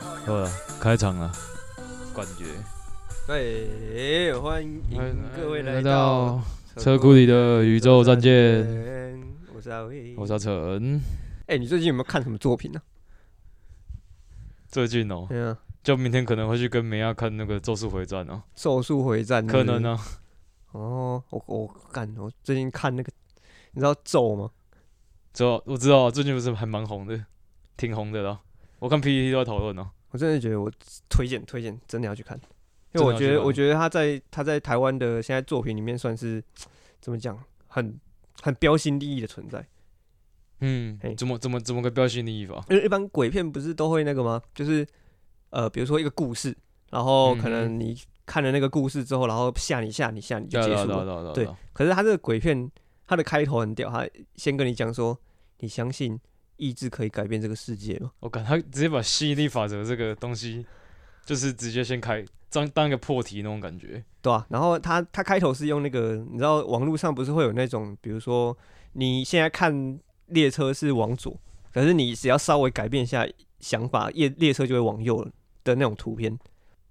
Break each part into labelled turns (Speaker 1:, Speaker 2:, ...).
Speaker 1: 好了，开场了，感觉
Speaker 2: 哎，欢迎各位来
Speaker 1: 来
Speaker 2: 到
Speaker 1: 到车库里的宇宙战舰，。
Speaker 2: 我是阿威，
Speaker 1: 我是阿成。
Speaker 2: 哎、你最近有没有看什么作品呢、
Speaker 1: 最近哦，
Speaker 2: 对啊，
Speaker 1: 就明天可能会去跟梅亚看那个《咒术回战》哦，
Speaker 2: 《咒术回战》
Speaker 1: 可能
Speaker 2: 啊。
Speaker 1: 呢。
Speaker 2: 哦，我我干，我最近看那个，你知道咒吗？
Speaker 1: 知道我知道，最近不是还蛮红的，挺红的啦。我看 PPT 都在讨论哦。
Speaker 2: 我真的觉得我推荐推荐，真的要去看，因
Speaker 1: 真
Speaker 2: 为
Speaker 1: 的
Speaker 2: 我
Speaker 1: 要
Speaker 2: 觉
Speaker 1: 去
Speaker 2: 得
Speaker 1: 看
Speaker 2: 我觉得他在他在台湾的现在作品里面算是怎么讲，很很标新立异的存在。
Speaker 1: 嗯
Speaker 2: 嘿，
Speaker 1: 怎么怎么怎么个标新立异法？
Speaker 2: 因为一般鬼片不是都会那个吗？就是呃，比如说一个故事，然后可
Speaker 1: 嗯
Speaker 2: 能你看了那个故事之后，然后吓你吓你吓你就
Speaker 1: 对啊
Speaker 2: 结
Speaker 1: 对啊
Speaker 2: 束
Speaker 1: 对啊
Speaker 2: 了。
Speaker 1: 对啊啊
Speaker 2: 对
Speaker 1: 啊
Speaker 2: 可是他这个鬼片，他的开头很屌，他先跟你讲说，你相信意志可以改变这个世界吗？
Speaker 1: 我感他直接把吸引力法则这个东西，就是直接先开当当一个破题那种感觉。
Speaker 2: 对啊，然后他他开头是用那个，你知道网络上不是会有那种，比如说你现在看列车是往左，可是你只要稍微改变一下想法，列列车就会往右了的那种图片。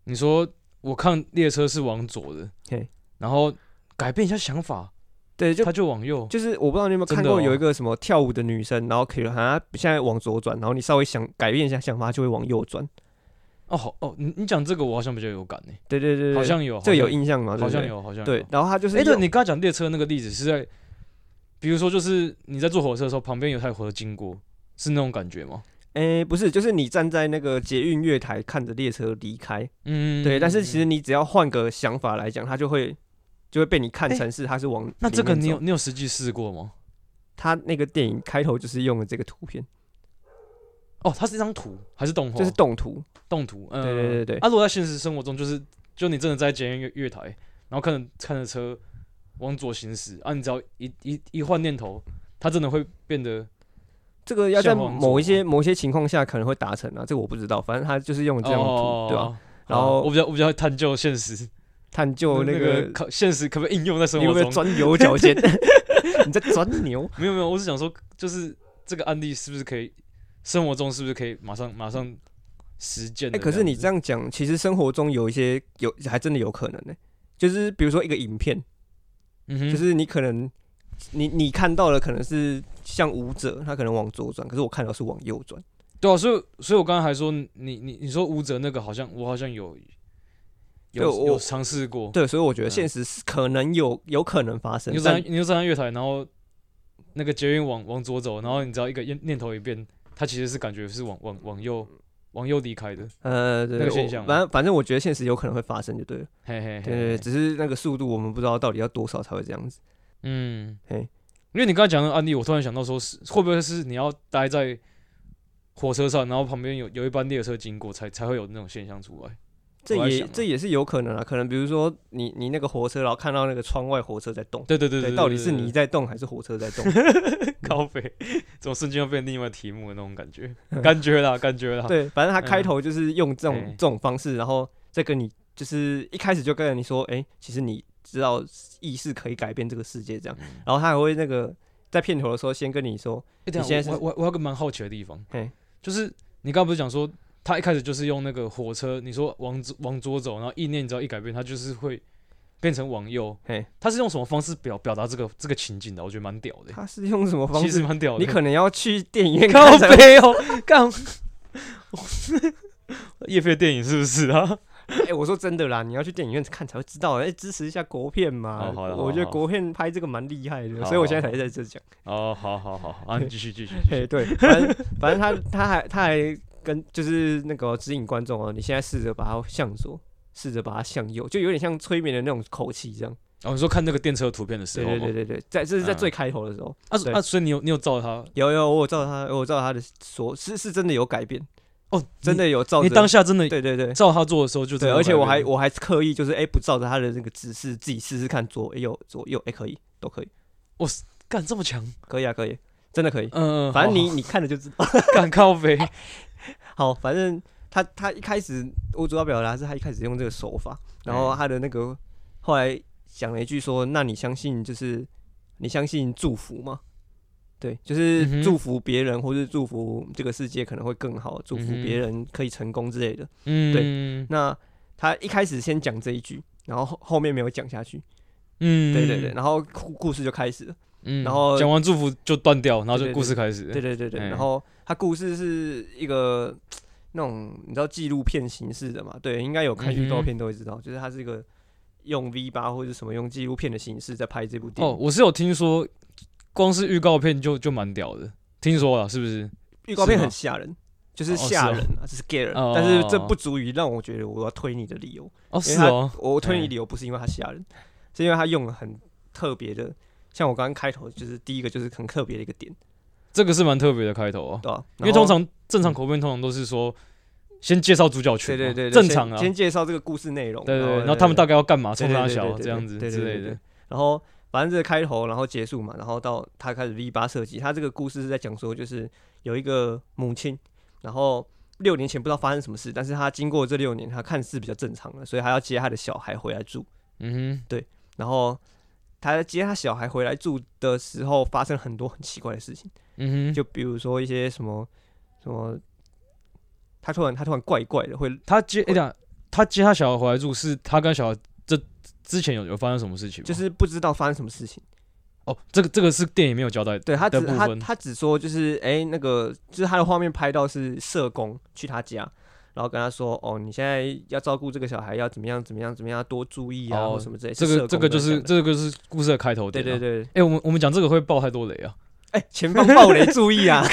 Speaker 1: 你说我看列车是往左的
Speaker 2: 嘿，
Speaker 1: 然后改变一下想法，
Speaker 2: 对，就
Speaker 1: 他就往右。
Speaker 2: 就是我不知道你有没有看
Speaker 1: 真的
Speaker 2: 过
Speaker 1: 哦
Speaker 2: 有一个什么跳舞的女生，然后可以好像她现在往左转，然后你稍微想改变一下想法，她就会往右转。
Speaker 1: 哦，好哦，你你讲这个我好像比较有感呢、
Speaker 2: 对对对，对
Speaker 1: 好像有，
Speaker 2: 这有
Speaker 1: 印，
Speaker 2: 印象吗？对
Speaker 1: 好
Speaker 2: 不
Speaker 1: 像
Speaker 2: 对。
Speaker 1: 有，好像有。
Speaker 2: 对，然后她就是
Speaker 1: 哎，对，
Speaker 2: 用
Speaker 1: 你刚刚讲列车那个例子是在，比如说就是你在坐火车的时候，旁边有台火车经过，是那种感觉吗？
Speaker 2: 哎不是，就是你站在那个捷运月台看着列车离开，
Speaker 1: 嗯，
Speaker 2: 对，但是其
Speaker 1: 嗯
Speaker 2: 实你只要换个想法来讲，它就会就会被你看成是它是往
Speaker 1: 那这个
Speaker 2: 里面
Speaker 1: 你
Speaker 2: 走
Speaker 1: 有你有实际试过吗？
Speaker 2: 它那个电影开头就是用了这个图片，
Speaker 1: 哦，它是一张图还是动画？
Speaker 2: 就是动图，
Speaker 1: 动图，嗯，
Speaker 2: 对对对对
Speaker 1: 啊，如果在现实生活中，就是就你真的在检验月月台，然后看着看着车往左行驶，啊，你只要一一一换念头，它真的会变得
Speaker 2: 这个要在
Speaker 1: 向往
Speaker 2: 某一
Speaker 1: 左哦
Speaker 2: 些某些情况下可能会达成啊，这个我不知道，反正它就是用了这样的图，对吧？
Speaker 1: 哦
Speaker 2: 然后
Speaker 1: 我比较我比较会探究现实，
Speaker 2: 探究
Speaker 1: 那
Speaker 2: 那
Speaker 1: 个
Speaker 2: 个
Speaker 1: 考现实可不可以应用在生
Speaker 2: 你有
Speaker 1: 活
Speaker 2: 没
Speaker 1: 中？
Speaker 2: 有钻牛 角尖？你在钻牛？
Speaker 1: 没有没有，我是想说，就是这个案例是不是可以生活中是不是可以马上马上实践
Speaker 2: 哎、
Speaker 1: 的样子？
Speaker 2: 可是你这样讲，其实生活中有一些有还真的有可能呢、就是比如说一个影片，
Speaker 1: 嗯哼，
Speaker 2: 就是你可能你你看到了可能是像舞者，他可能往左转，可是我看到是往右转。
Speaker 1: 对啊，所以所以我刚刚还说你你你说舞者那个好像我好像有有
Speaker 2: 对我
Speaker 1: 有尝试过，
Speaker 2: 对，所以我觉得
Speaker 1: 嗯
Speaker 2: 现实是可能有有可能发生
Speaker 1: 你就，站
Speaker 2: 但
Speaker 1: 在你就站在月台，然后那个捷运往往左走，然后你只要一个念念头一变，它其实是感觉是往往往右往右离开的，
Speaker 2: 呃，对
Speaker 1: 那个
Speaker 2: 我
Speaker 1: 现象吗
Speaker 2: 反正反正我觉得现实有可能会发生就对了。
Speaker 1: 嘿嘿嘿，
Speaker 2: 对对对，
Speaker 1: 嘿
Speaker 2: 只是那个速度我们不知道到底要多少才会这样子。
Speaker 1: 嗯，
Speaker 2: 嘿
Speaker 1: 因为你刚才讲的案例，我突然想到说是会不会是你要待在火车上，然后旁边有有一班列车经过才才会有那种现象出来，
Speaker 2: 这
Speaker 1: 我在
Speaker 2: 也
Speaker 1: 想啊
Speaker 2: 这也是有可能啊，可能比如说你你那个火车，然后看到那个窗外火车在动，
Speaker 1: 对对对
Speaker 2: 对，
Speaker 1: 对，
Speaker 2: 到底是你
Speaker 1: 在
Speaker 2: 在动还是火车在动？
Speaker 1: 高飞， 怎么瞬间又变另外题目的那种感 觉，感觉啦，感觉啦，
Speaker 2: 对，反正他开头就是用这种、
Speaker 1: 嗯
Speaker 2: 这种方式，然后再跟你就是一开始就跟你说，哎、其实你知道意识可以改变这个世界这样，
Speaker 1: 嗯
Speaker 2: 然后他还会那个在片头的时候先跟你说，
Speaker 1: 欸、等一
Speaker 2: 你
Speaker 1: 下
Speaker 2: 现在
Speaker 1: 我
Speaker 2: 是
Speaker 1: 我我有个蛮好奇的地方
Speaker 2: 嘿，
Speaker 1: 就是你刚刚不是讲说他一开始就是用那个火车，你说往左往左走，然后意念只要一改变，他就是会变成往右。
Speaker 2: 嘿，
Speaker 1: 他是用什么方式表表达这个这个情景的？我觉得蛮屌的欸、
Speaker 2: 他是用什么方
Speaker 1: 其实
Speaker 2: 式？
Speaker 1: 蛮屌的。
Speaker 2: 你可能要去电影院
Speaker 1: 靠
Speaker 2: 看才会。
Speaker 1: 背哦， 干。叶飞电影是不是啊？
Speaker 2: 哎、我说真的啦，你要去电影院看才会知道，哎、支持一下国片嘛。
Speaker 1: 哦好了好
Speaker 2: 我觉得
Speaker 1: 好
Speaker 2: 国片拍这个蛮厉害的，
Speaker 1: 好
Speaker 2: 所以我
Speaker 1: 好
Speaker 2: 现在
Speaker 1: 好
Speaker 2: 才在这讲。
Speaker 1: 哦，好好好好啊，你继续继续继
Speaker 2: 哎、
Speaker 1: 续。
Speaker 2: 对，反正反正他他还他还跟就是那个指引观众哦，你现在试着把它向左，试着把它向右，就有点像催眠的那种口气这样。
Speaker 1: 哦，你说看那个电车图片的时
Speaker 2: 对
Speaker 1: 候
Speaker 2: 对
Speaker 1: 吗？
Speaker 2: 对
Speaker 1: 对。
Speaker 2: 对对，在这是在
Speaker 1: 嗯
Speaker 2: 最开头的时候，
Speaker 1: 啊
Speaker 2: 对
Speaker 1: 啊，所以你有你有照他
Speaker 2: 有有我有照他，我有照他的说，是是真的有改变，
Speaker 1: 哦，
Speaker 2: 真的有照
Speaker 1: 你
Speaker 2: 着。
Speaker 1: 你当下真的
Speaker 2: 对对对
Speaker 1: 照他做的时候就真
Speaker 2: 对，
Speaker 1: 的
Speaker 2: 而且我
Speaker 1: 改
Speaker 2: 还
Speaker 1: 变
Speaker 2: 我还刻意就是哎、不照着他的那个指示，自己试试看左右左右哎、可以都可以，
Speaker 1: 干这么强，
Speaker 2: 可以啊可以，真的可以。
Speaker 1: 嗯，嗯
Speaker 2: 反正
Speaker 1: 好
Speaker 2: 你你看了就知道。
Speaker 1: 干靠 背，
Speaker 2: 好，反正他他一开始我主要表达是他一开始用这个手法，然后他的那
Speaker 1: 嗯
Speaker 2: 个后来讲了一句说：“那你相信就是你相信祝福吗？”对，就
Speaker 1: 嗯哼
Speaker 2: 是祝福别人，或是祝福这个世界可能会更好，祝福
Speaker 1: 嗯哼
Speaker 2: 别人可以成功之类的。
Speaker 1: 嗯，
Speaker 2: 那他一开始先讲这一句，然后后后面没有讲下去，
Speaker 1: 嗯，
Speaker 2: 对对对，，然后故故事就开始了，
Speaker 1: 嗯，
Speaker 2: 然后
Speaker 1: 讲完祝福就断掉，然后
Speaker 2: 对
Speaker 1: 就
Speaker 2: 对
Speaker 1: 故事开始，
Speaker 2: 对对对对，
Speaker 1: 哎
Speaker 2: 然后他故事是一个那种你知道纪录片形式的嘛？对，应该有看预
Speaker 1: 嗯
Speaker 2: 告
Speaker 1: 哼
Speaker 2: 片都会知道，就是它是一个用 V 八或者什么用纪录片的形式在拍这部电
Speaker 1: 哦，
Speaker 2: 影。
Speaker 1: 我是有听说，光是预告片就就蛮屌的，听说了是不是？
Speaker 2: 预告片
Speaker 1: 是吗
Speaker 2: 很吓人，就是
Speaker 1: 哦是
Speaker 2: 吓
Speaker 1: 哦
Speaker 2: 人啊，是 scare，
Speaker 1: 哦
Speaker 2: 但是这不足以让我觉得我要推你的理由。
Speaker 1: 哦，
Speaker 2: 因
Speaker 1: 是
Speaker 2: 为他
Speaker 1: 哦，
Speaker 2: 我推理
Speaker 1: 哎
Speaker 2: 理由不是因为他吓人，是因为他用了很特别的，像我刚刚开头就是第一个就是很特别的一个点，
Speaker 1: 这个是蛮特别的开头啊，
Speaker 2: 对吧、
Speaker 1: 因为
Speaker 2: 然后
Speaker 1: 通常正常口片通常都是说先介绍主角群
Speaker 2: 对
Speaker 1: 嘛，
Speaker 2: 对对对
Speaker 1: 正常啊，
Speaker 2: 先
Speaker 1: 对
Speaker 2: 先介绍这个故事内容，
Speaker 1: 对对，然后他们大概要干嘛，
Speaker 2: 啊对
Speaker 1: 冲
Speaker 2: 对
Speaker 1: 他
Speaker 2: 对对
Speaker 1: 小啊
Speaker 2: 对
Speaker 1: 这样子
Speaker 2: 对对
Speaker 1: 之
Speaker 2: 对
Speaker 1: 类
Speaker 2: 对
Speaker 1: 的，
Speaker 2: 然后反正这个开头，然后结束嘛，然后到他开始 V 八设计，他这个故事是在讲说，就是有一个母亲，然后六年前不知道发生什么事，但是他经过这六年，他看似比较正常了，所以他要接他的小孩回来住，
Speaker 1: 嗯
Speaker 2: 然后他在接他小孩回来住的时候，发生很多很奇怪的事情。
Speaker 1: 哼，嗯哼，
Speaker 2: 就比如说一些什么什么，他突然他突然怪怪的，会
Speaker 1: 他接哎呀，他接他小孩回来住，是他跟小孩这之前有有发生什么事情吗？
Speaker 2: 就是不知道发生什么事情。
Speaker 1: 哦，这个这个是电影没有交代的，
Speaker 2: 对他只
Speaker 1: 的部
Speaker 2: 他
Speaker 1: 分
Speaker 2: 他只说就是哎、那个就是他的画面拍到是社工去他家，然后跟他说哦你现在要照顾这个小孩要怎么样怎么样怎么样多注意啊、
Speaker 1: 哦
Speaker 2: 或什么之类。
Speaker 1: 这
Speaker 2: 社
Speaker 1: 个
Speaker 2: 工
Speaker 1: 这个就
Speaker 2: 跟
Speaker 1: 是
Speaker 2: 他讲的
Speaker 1: 这个就是故事的开头
Speaker 2: 对
Speaker 1: 点啊，
Speaker 2: 对对，
Speaker 1: 哎，我们我们讲这个会爆太多雷啊，
Speaker 2: 哎、前方暴雷注意啊！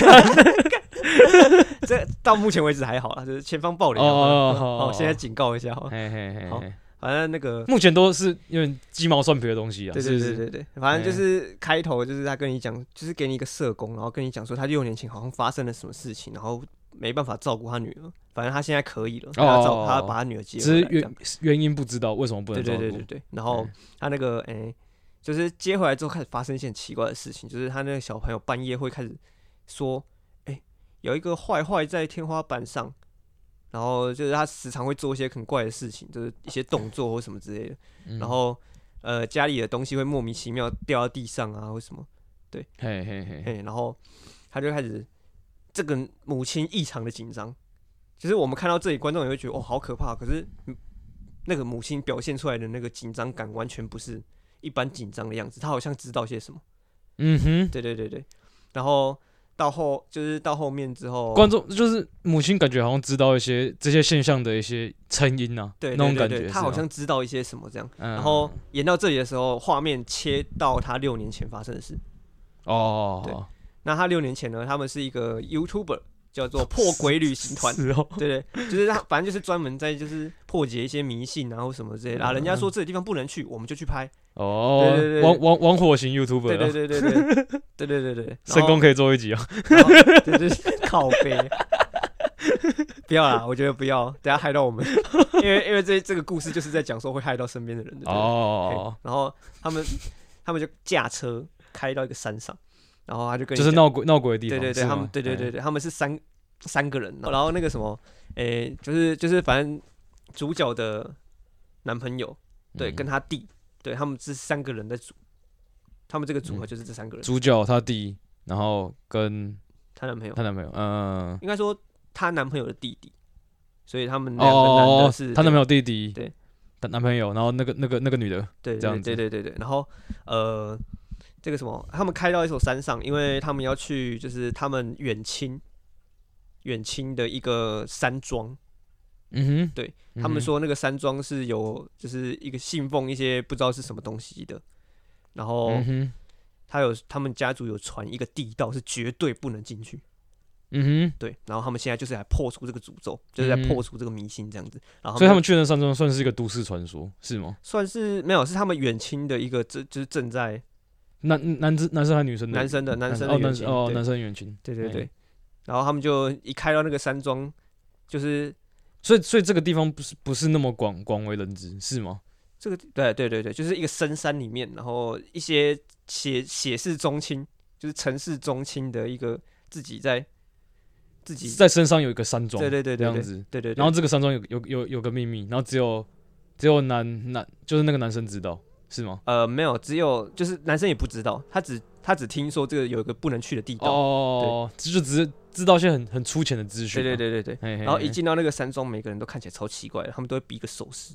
Speaker 2: 这到目前为止还好啦，就是前方暴雷啊。
Speaker 1: 哦哦哦
Speaker 2: 嗯
Speaker 1: 好
Speaker 2: 好，现在警告一下哈，
Speaker 1: 嘿嘿嘿
Speaker 2: 哦好
Speaker 1: 嘿。
Speaker 2: 反正那个
Speaker 1: 目前都是有点鸡毛蒜皮的东西啊，
Speaker 2: 对
Speaker 1: 是
Speaker 2: 对
Speaker 1: 不
Speaker 2: 对
Speaker 1: 是？
Speaker 2: 对对，反正就
Speaker 1: 哎
Speaker 2: 是开头就是他跟你讲，就是给你一个社工，然后跟你讲说他六年前好像发生了什么事情，然后没办法照顾他女儿，反正他现在可
Speaker 1: 哦
Speaker 2: 以了，他要照他把他女儿接
Speaker 1: 只
Speaker 2: 回
Speaker 1: 是
Speaker 2: 来这样
Speaker 1: 原。原因不知道为什么不
Speaker 2: 对
Speaker 1: 能照
Speaker 2: 对
Speaker 1: 顾。
Speaker 2: 对对对，然后他那个哎、就是接回来之后开始发生一些很奇怪的事情，就是他那个小朋友半夜会开始说，哎、有一个坏坏在天花板上，然后就是他时常会做一些很怪的事情，就是一些动作或什么之类的。
Speaker 1: 嗯
Speaker 2: 然后呃家里的东西会莫名其妙掉到地上啊，或什么，
Speaker 1: 嘿嘿嘿，
Speaker 2: 哎、然后他就开始这个母亲异常的紧张，就是我们看到这里观众也会觉得哦好可怕，可是嗯那个母亲表现出来的那个紧张感完全不是一般紧张的样子，她好像知道些什么，
Speaker 1: 嗯哼，
Speaker 2: 对对对对，然后到后就是到后面之后，
Speaker 1: 观众就是母亲，感觉好像知道一些这些现象的一些成因啊，
Speaker 2: 对
Speaker 1: 那
Speaker 2: 对
Speaker 1: 种
Speaker 2: 对
Speaker 1: 感觉是
Speaker 2: 对，
Speaker 1: 吗。
Speaker 2: 她好像知道一些什么这样。
Speaker 1: 嗯，
Speaker 2: 然
Speaker 1: 然
Speaker 2: 后演到这里的时候，画面切到她六年前发生的事。对
Speaker 1: 哦，。
Speaker 2: 那他六年前呢，他们是一个 YouTuber，叫做破鬼旅行团
Speaker 1: 是哦，
Speaker 2: 对对，就是他，反正就是专门在就是破解一些迷信啊或什么之类
Speaker 1: 嗯
Speaker 2: 的啊。人家说这个地方不能去，我们就去拍。
Speaker 1: 哦
Speaker 2: 对对对，
Speaker 1: 玩玩玩火型 YouTuber，
Speaker 2: 对对
Speaker 1: 啊
Speaker 2: 对对对对 对对对对，
Speaker 1: 成功
Speaker 2: 可
Speaker 1: 可以做一集啊。
Speaker 2: 以。对对， 对靠背。不要啦，我觉得不要，等下害到我们，因为因为这这个故事就是在讲说会害到身边的人。对不对
Speaker 1: 哦，
Speaker 2: 然后他们他们就驾车开到一个山上，然后他就跟你
Speaker 1: 就是
Speaker 2: 讲
Speaker 1: 闹鬼闹鬼的地
Speaker 2: 对
Speaker 1: 方。
Speaker 2: 对对，
Speaker 1: 是吗
Speaker 2: 他们对对对
Speaker 1: 哎
Speaker 2: 对，他们是三三个人，然后那个什么，诶、就是就是反正主角的男朋友，对，
Speaker 1: 嗯
Speaker 2: 跟他弟，对他们是三个人在组，他们这个组合就是这三个人，
Speaker 1: 主角他弟，然后跟
Speaker 2: 她男朋友
Speaker 1: 她男朋友，嗯，
Speaker 2: 应该说她男朋友的弟弟，所以他们
Speaker 1: 哦
Speaker 2: 两个男
Speaker 1: 哦，
Speaker 2: 的
Speaker 1: 哦
Speaker 2: 是
Speaker 1: 她男朋
Speaker 2: 友，
Speaker 1: 友弟弟，
Speaker 2: 对，
Speaker 1: 她男朋友，然后那个那个那个女的，
Speaker 2: 对
Speaker 1: 这样
Speaker 2: 对对对对对，然后呃。这个什么，他们开到一所山上，因为他们要去，就是他们远亲远亲的一个山庄，
Speaker 1: 嗯哼，
Speaker 2: 对
Speaker 1: 嗯哼，
Speaker 2: 他们说那个山庄是有就是一个信奉一些不知道是什么东西的，然后
Speaker 1: 嗯哼，
Speaker 2: 他有他们家族有传一个地道是绝对不能进去，
Speaker 1: 嗯
Speaker 2: 对，然后他们现在就是来破除这个诅咒，就是
Speaker 1: 嗯
Speaker 2: 在破除这个迷信这样子，然
Speaker 1: 哼，
Speaker 2: 后
Speaker 1: 所以他们去的山庄算是一个都市传说，是吗？
Speaker 2: 算是没有是他们远亲的一个正就是正在
Speaker 1: 男男子男生还是女生的？
Speaker 2: 男生的男生
Speaker 1: 哦
Speaker 2: 的远
Speaker 1: 男
Speaker 2: 亲，
Speaker 1: 生哦
Speaker 2: 对
Speaker 1: 男生远亲，
Speaker 2: 对对
Speaker 1: 哎
Speaker 2: 对，，然后他们就一开到那个山庄，就是
Speaker 1: 所以所以这个地方不是不是那么广广为人知是吗？
Speaker 2: 这个对对对对，就是一个深山里面，然后一些写写事中青，就是城市中青的一个自己在自己
Speaker 1: 在身上有一个山庄，
Speaker 2: 对对对
Speaker 1: 这
Speaker 2: 对
Speaker 1: 样
Speaker 2: 对
Speaker 1: 子，
Speaker 2: 对对，
Speaker 1: 然后这个山庄有有有有个秘密，然后只有只有男男就是那个男生知道，是吗？
Speaker 2: 呃，没有，只有就是男生也不知道，他只他只听说这个有一个不能去的地道。
Speaker 1: 哦，这就只是知道一些很很粗浅的资讯
Speaker 2: 对
Speaker 1: 啊。
Speaker 2: 对对对对。
Speaker 1: 嘿，嘿
Speaker 2: 然后一
Speaker 1: 嘿
Speaker 2: 进到那个山庄，每个人都看起来超奇怪的，他们都会比一个手势，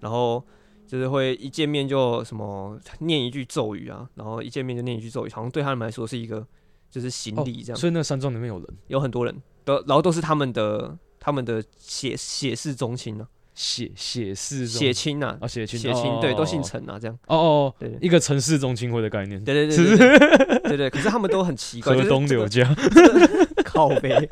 Speaker 2: 然后就是会一见面就什么念一句咒语啊，然后一见面就念一句咒语，好像对他们来说是一个就是行
Speaker 1: 哦
Speaker 2: 礼这样。
Speaker 1: 所以那山庄里面有人，
Speaker 2: 有很多人都，然后都是他们的他们的血血氏宗亲啊，
Speaker 1: 血血氏中
Speaker 2: 血亲啊，
Speaker 1: 啊血亲
Speaker 2: 血亲对，都姓。
Speaker 1: 哦
Speaker 2: 陈啊，这样。
Speaker 1: 哦哦哦
Speaker 2: 对 对
Speaker 1: 哦，一个城市中心会的概念，
Speaker 2: 对对对对对对对，可是他们都很奇怪，
Speaker 1: 河
Speaker 2: 就是
Speaker 1: 东
Speaker 2: 这个
Speaker 1: 柳家。
Speaker 2: 靠背。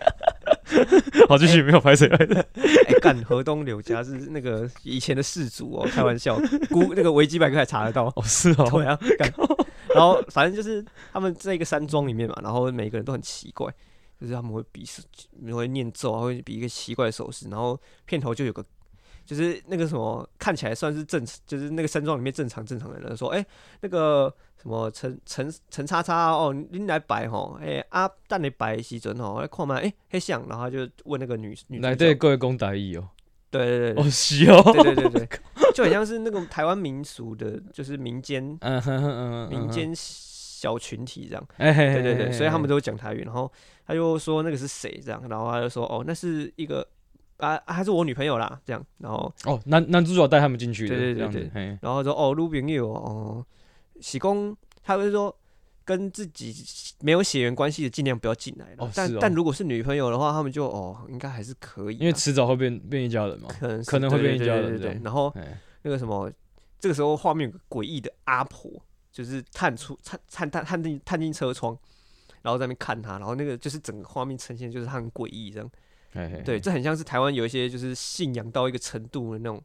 Speaker 1: 好，继续没有拍谁来的。。
Speaker 2: 哎、干河东柳家是那个以前的氏族哦，开玩笑，估那个维基百科还查得到
Speaker 1: 哦，是哦，
Speaker 2: 对啊，干。然后反正就是他们在一个山庄里面嘛，然后每个人都很奇怪，就是他们会比手会念咒啊，会比一个奇怪的手势，然后片头就有个。就是那个什么，看起来算是正，就是那个山庄里面正常正常的人说，哎、那个什么陈陈陈叉叉哦，您来摆吼，哎、啊，等你摆的时阵吼，我来看嘛，哎、黑像，然后他就问那个女女 主角
Speaker 1: 来对各位公打义哦，
Speaker 2: 对对对对
Speaker 1: 哦，是哦，
Speaker 2: 对对对对，就很像是那种台湾民俗的，就是民间
Speaker 1: 嗯哼哼嗯，
Speaker 2: 民，间小群体这样。
Speaker 1: 哎，嘿
Speaker 2: 对对对，所以他们
Speaker 1: 都
Speaker 2: 都讲台语，然后他就说那个是谁这样，然后他就说哦，那是一个啊，啊还是我女朋友啦这样，然后
Speaker 1: 哦，男男主角带他们进去的，
Speaker 2: 对对对
Speaker 1: 这样子
Speaker 2: 对
Speaker 1: 嘿
Speaker 2: 然后说哦，女朋友哦，喜公，他会说。跟自己没有血缘关系的，尽量不要进来啦
Speaker 1: 哦
Speaker 2: 但、
Speaker 1: 是哦
Speaker 2: 但如果是女朋友的话，他们就哦，应该还是可以啦，
Speaker 1: 因为迟早会变变一家人嘛，
Speaker 2: 可能是
Speaker 1: 可能会
Speaker 2: 对对
Speaker 1: 变一家
Speaker 2: 对
Speaker 1: 人
Speaker 2: 对对
Speaker 1: 对
Speaker 2: 对。然后
Speaker 1: 哎，
Speaker 2: 那个什么，这个时候画面有个诡异的阿婆，就是探出探探探探进探进车窗，然后在那边看他，然后那个就是整个画面呈现就是他很诡异这样。
Speaker 1: 嘿嘿
Speaker 2: 对，
Speaker 1: 嘿
Speaker 2: 这很像是台湾有一些就是信仰到一个程度的那种，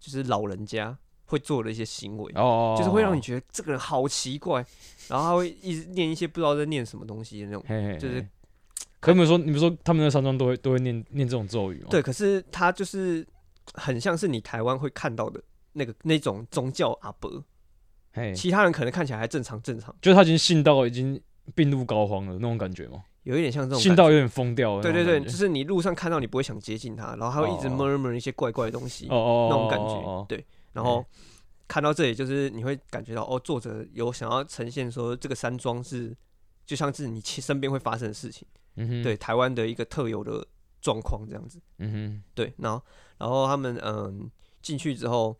Speaker 2: 就是老人家会做的一些行为，
Speaker 1: 哦，
Speaker 2: 就是会让你觉得这个人好奇怪，然后他会一直念一些不知道在念什么东西的那种。
Speaker 1: 嘿，嘿嘿
Speaker 2: 就是
Speaker 1: 嘿可你们说，你们说他们的山庄都会都会念念这种咒语吗？
Speaker 2: 对，可是他就是很像是你台湾会看到的那个那种宗教阿伯，
Speaker 1: 嘿，
Speaker 2: 其他人可能看起来还正常正常。
Speaker 1: 就是他已经信到已经病入膏肓了那种感觉吗？
Speaker 2: 有一点像这种
Speaker 1: 信
Speaker 2: 感觉
Speaker 1: 到有点疯掉了那
Speaker 2: 对
Speaker 1: 种
Speaker 2: 对
Speaker 1: 感觉。
Speaker 2: 对，就是你路上看到你不会想接近他，然后他会一直
Speaker 1: 哦
Speaker 2: murmur 一些怪怪的东西，
Speaker 1: 哦哦，
Speaker 2: 那种感
Speaker 1: 哦
Speaker 2: 觉。
Speaker 1: 哦
Speaker 2: 对，然后看到这里就是你会感觉到哦，作者有想要呈现说这个山庄是就像是你亲身边会发生的事情，
Speaker 1: 嗯哼，
Speaker 2: 对，台湾的一个特有的状况这样子。
Speaker 1: 嗯哼，
Speaker 2: 对，然后然后他们嗯进去之后，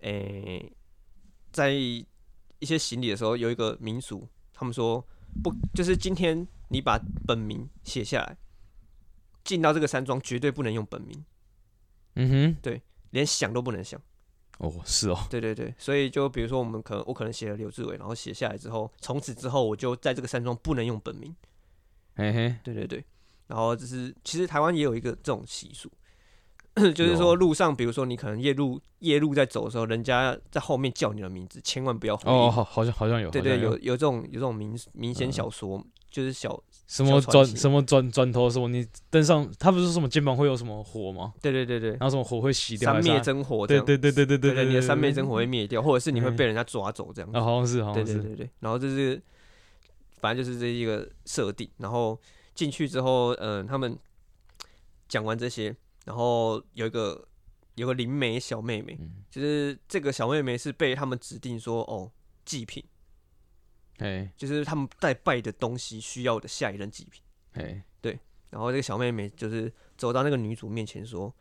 Speaker 2: 诶、在一些行礼的时候有一个民俗，他们说不就是今天你把本名写下来，进到这个山庄绝对不能用本名，
Speaker 1: 嗯哼，
Speaker 2: 连想都不能想。
Speaker 1: 哦，是哦，
Speaker 2: 对对对，所以就比如说我们可能我可能写了刘志伟，然后写下来之后，从此之后我就在这个山庄不能用本名。
Speaker 1: 嘿嘿，
Speaker 2: 对对对，然后就是其实台湾也有一个这种习俗， 就是
Speaker 1: 有啊
Speaker 2: 说路上，比如说你可能夜路夜路在走的时候，人家在后面叫你的名字，千万不要回应。
Speaker 1: 哦，好，好像好像有，嗯
Speaker 2: 对
Speaker 1: 好像
Speaker 2: 对，有有这种有这种民民间小说，就是小
Speaker 1: 什么
Speaker 2: 小
Speaker 1: 转
Speaker 2: 传奇
Speaker 1: 什么转转头什么，你登上，他不是说什么肩膀会有什么火吗？
Speaker 2: 对对对对，
Speaker 1: 然后什么火会熄掉，
Speaker 2: 三
Speaker 1: 还是
Speaker 2: 灭
Speaker 1: 啥
Speaker 2: 真火这
Speaker 1: 对
Speaker 2: 样。
Speaker 1: 对对对对
Speaker 2: 对
Speaker 1: 对，
Speaker 2: 你的三
Speaker 1: 对
Speaker 2: 昧真火会灭掉，或者是你会
Speaker 1: 嗯
Speaker 2: 被人家抓走这样子。
Speaker 1: 啊，好像是好
Speaker 2: 对
Speaker 1: 像
Speaker 2: 对
Speaker 1: 是，
Speaker 2: 对对，然后就是反正就是这一个设定，然后进去之后，嗯、他们讲完这些，然后有一个有个灵媒小妹妹，
Speaker 1: 嗯
Speaker 2: 就是这个小妹妹是被他们指定说哦祭品，
Speaker 1: 哎
Speaker 2: 就是他们在拜的东西需要的下一任祭品，
Speaker 1: 哎，
Speaker 2: 然后这个小妹妹就是走到那个女主面前说，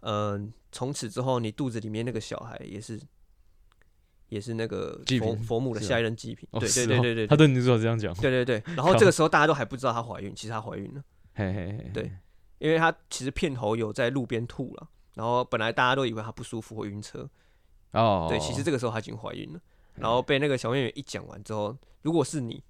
Speaker 2: 嗯、从此之后你肚子里面那个小孩也是。也是那个
Speaker 1: 祭
Speaker 2: 佛
Speaker 1: 品
Speaker 2: 佛母的
Speaker 1: 是啊
Speaker 2: 下一任祭品，
Speaker 1: 哦
Speaker 2: 对
Speaker 1: 是
Speaker 2: 对
Speaker 1: 哦
Speaker 2: 对对对，
Speaker 1: 他对女主角这样讲，
Speaker 2: 对对对，然后这个时候大家都还不知道她怀孕，其实她怀孕了，
Speaker 1: 嘿嘿嘿，
Speaker 2: 对因为她其实片头有在路边吐了，然后本来大家都以为她不舒服或晕车，
Speaker 1: 哦，嗯
Speaker 2: 对，其实这个时候她已经怀孕了，然后被那个小妹妹一讲完之后，如果是你，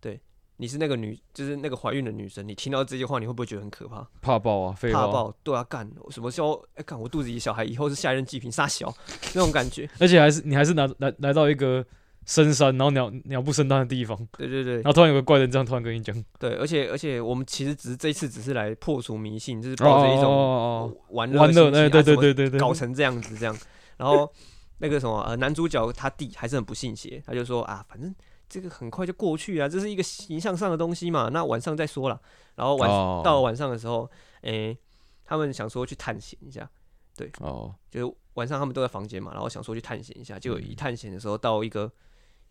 Speaker 2: 对，你是那个女，就是那个怀孕的女生，你听到这句话，你会不会觉得很可怕？
Speaker 1: 怕爆啊，废
Speaker 2: 怕
Speaker 1: 话，
Speaker 2: 爆，对啊，干我什么时候？哎，干我肚子里小孩以后是下一任祭品，杀小那种感觉，
Speaker 1: 而且还是你还是拿来来到一个深山，然后鸟鸟不生蛋的地方，
Speaker 2: 对对对
Speaker 1: 然后突然有个怪人这样突然跟你讲，
Speaker 2: 对，而且而且我们其实只是这一次只是来破除迷信，就是
Speaker 1: 哦
Speaker 2: 抱着一种
Speaker 1: 哦
Speaker 2: 玩
Speaker 1: 哦，玩
Speaker 2: 乐
Speaker 1: 乐，
Speaker 2: 的心情
Speaker 1: 哎
Speaker 2: 啊
Speaker 1: 对对
Speaker 2: 什么
Speaker 1: 对对对，
Speaker 2: 搞成这样子，这样。然后 那个什么呃，男主角他弟还是很不信邪，他就说啊，反正这个很快就过去啊，这是一个形象上的东西嘛，那晚上再说啦。然后晚、
Speaker 1: 哦
Speaker 2: 到了晚上的时候，诶、他们想说去探险一下，
Speaker 1: 哦，
Speaker 2: 就是晚上他们都在房间嘛，然后想说去探险一下，结果
Speaker 1: 嗯
Speaker 2: 一探险的时候到一个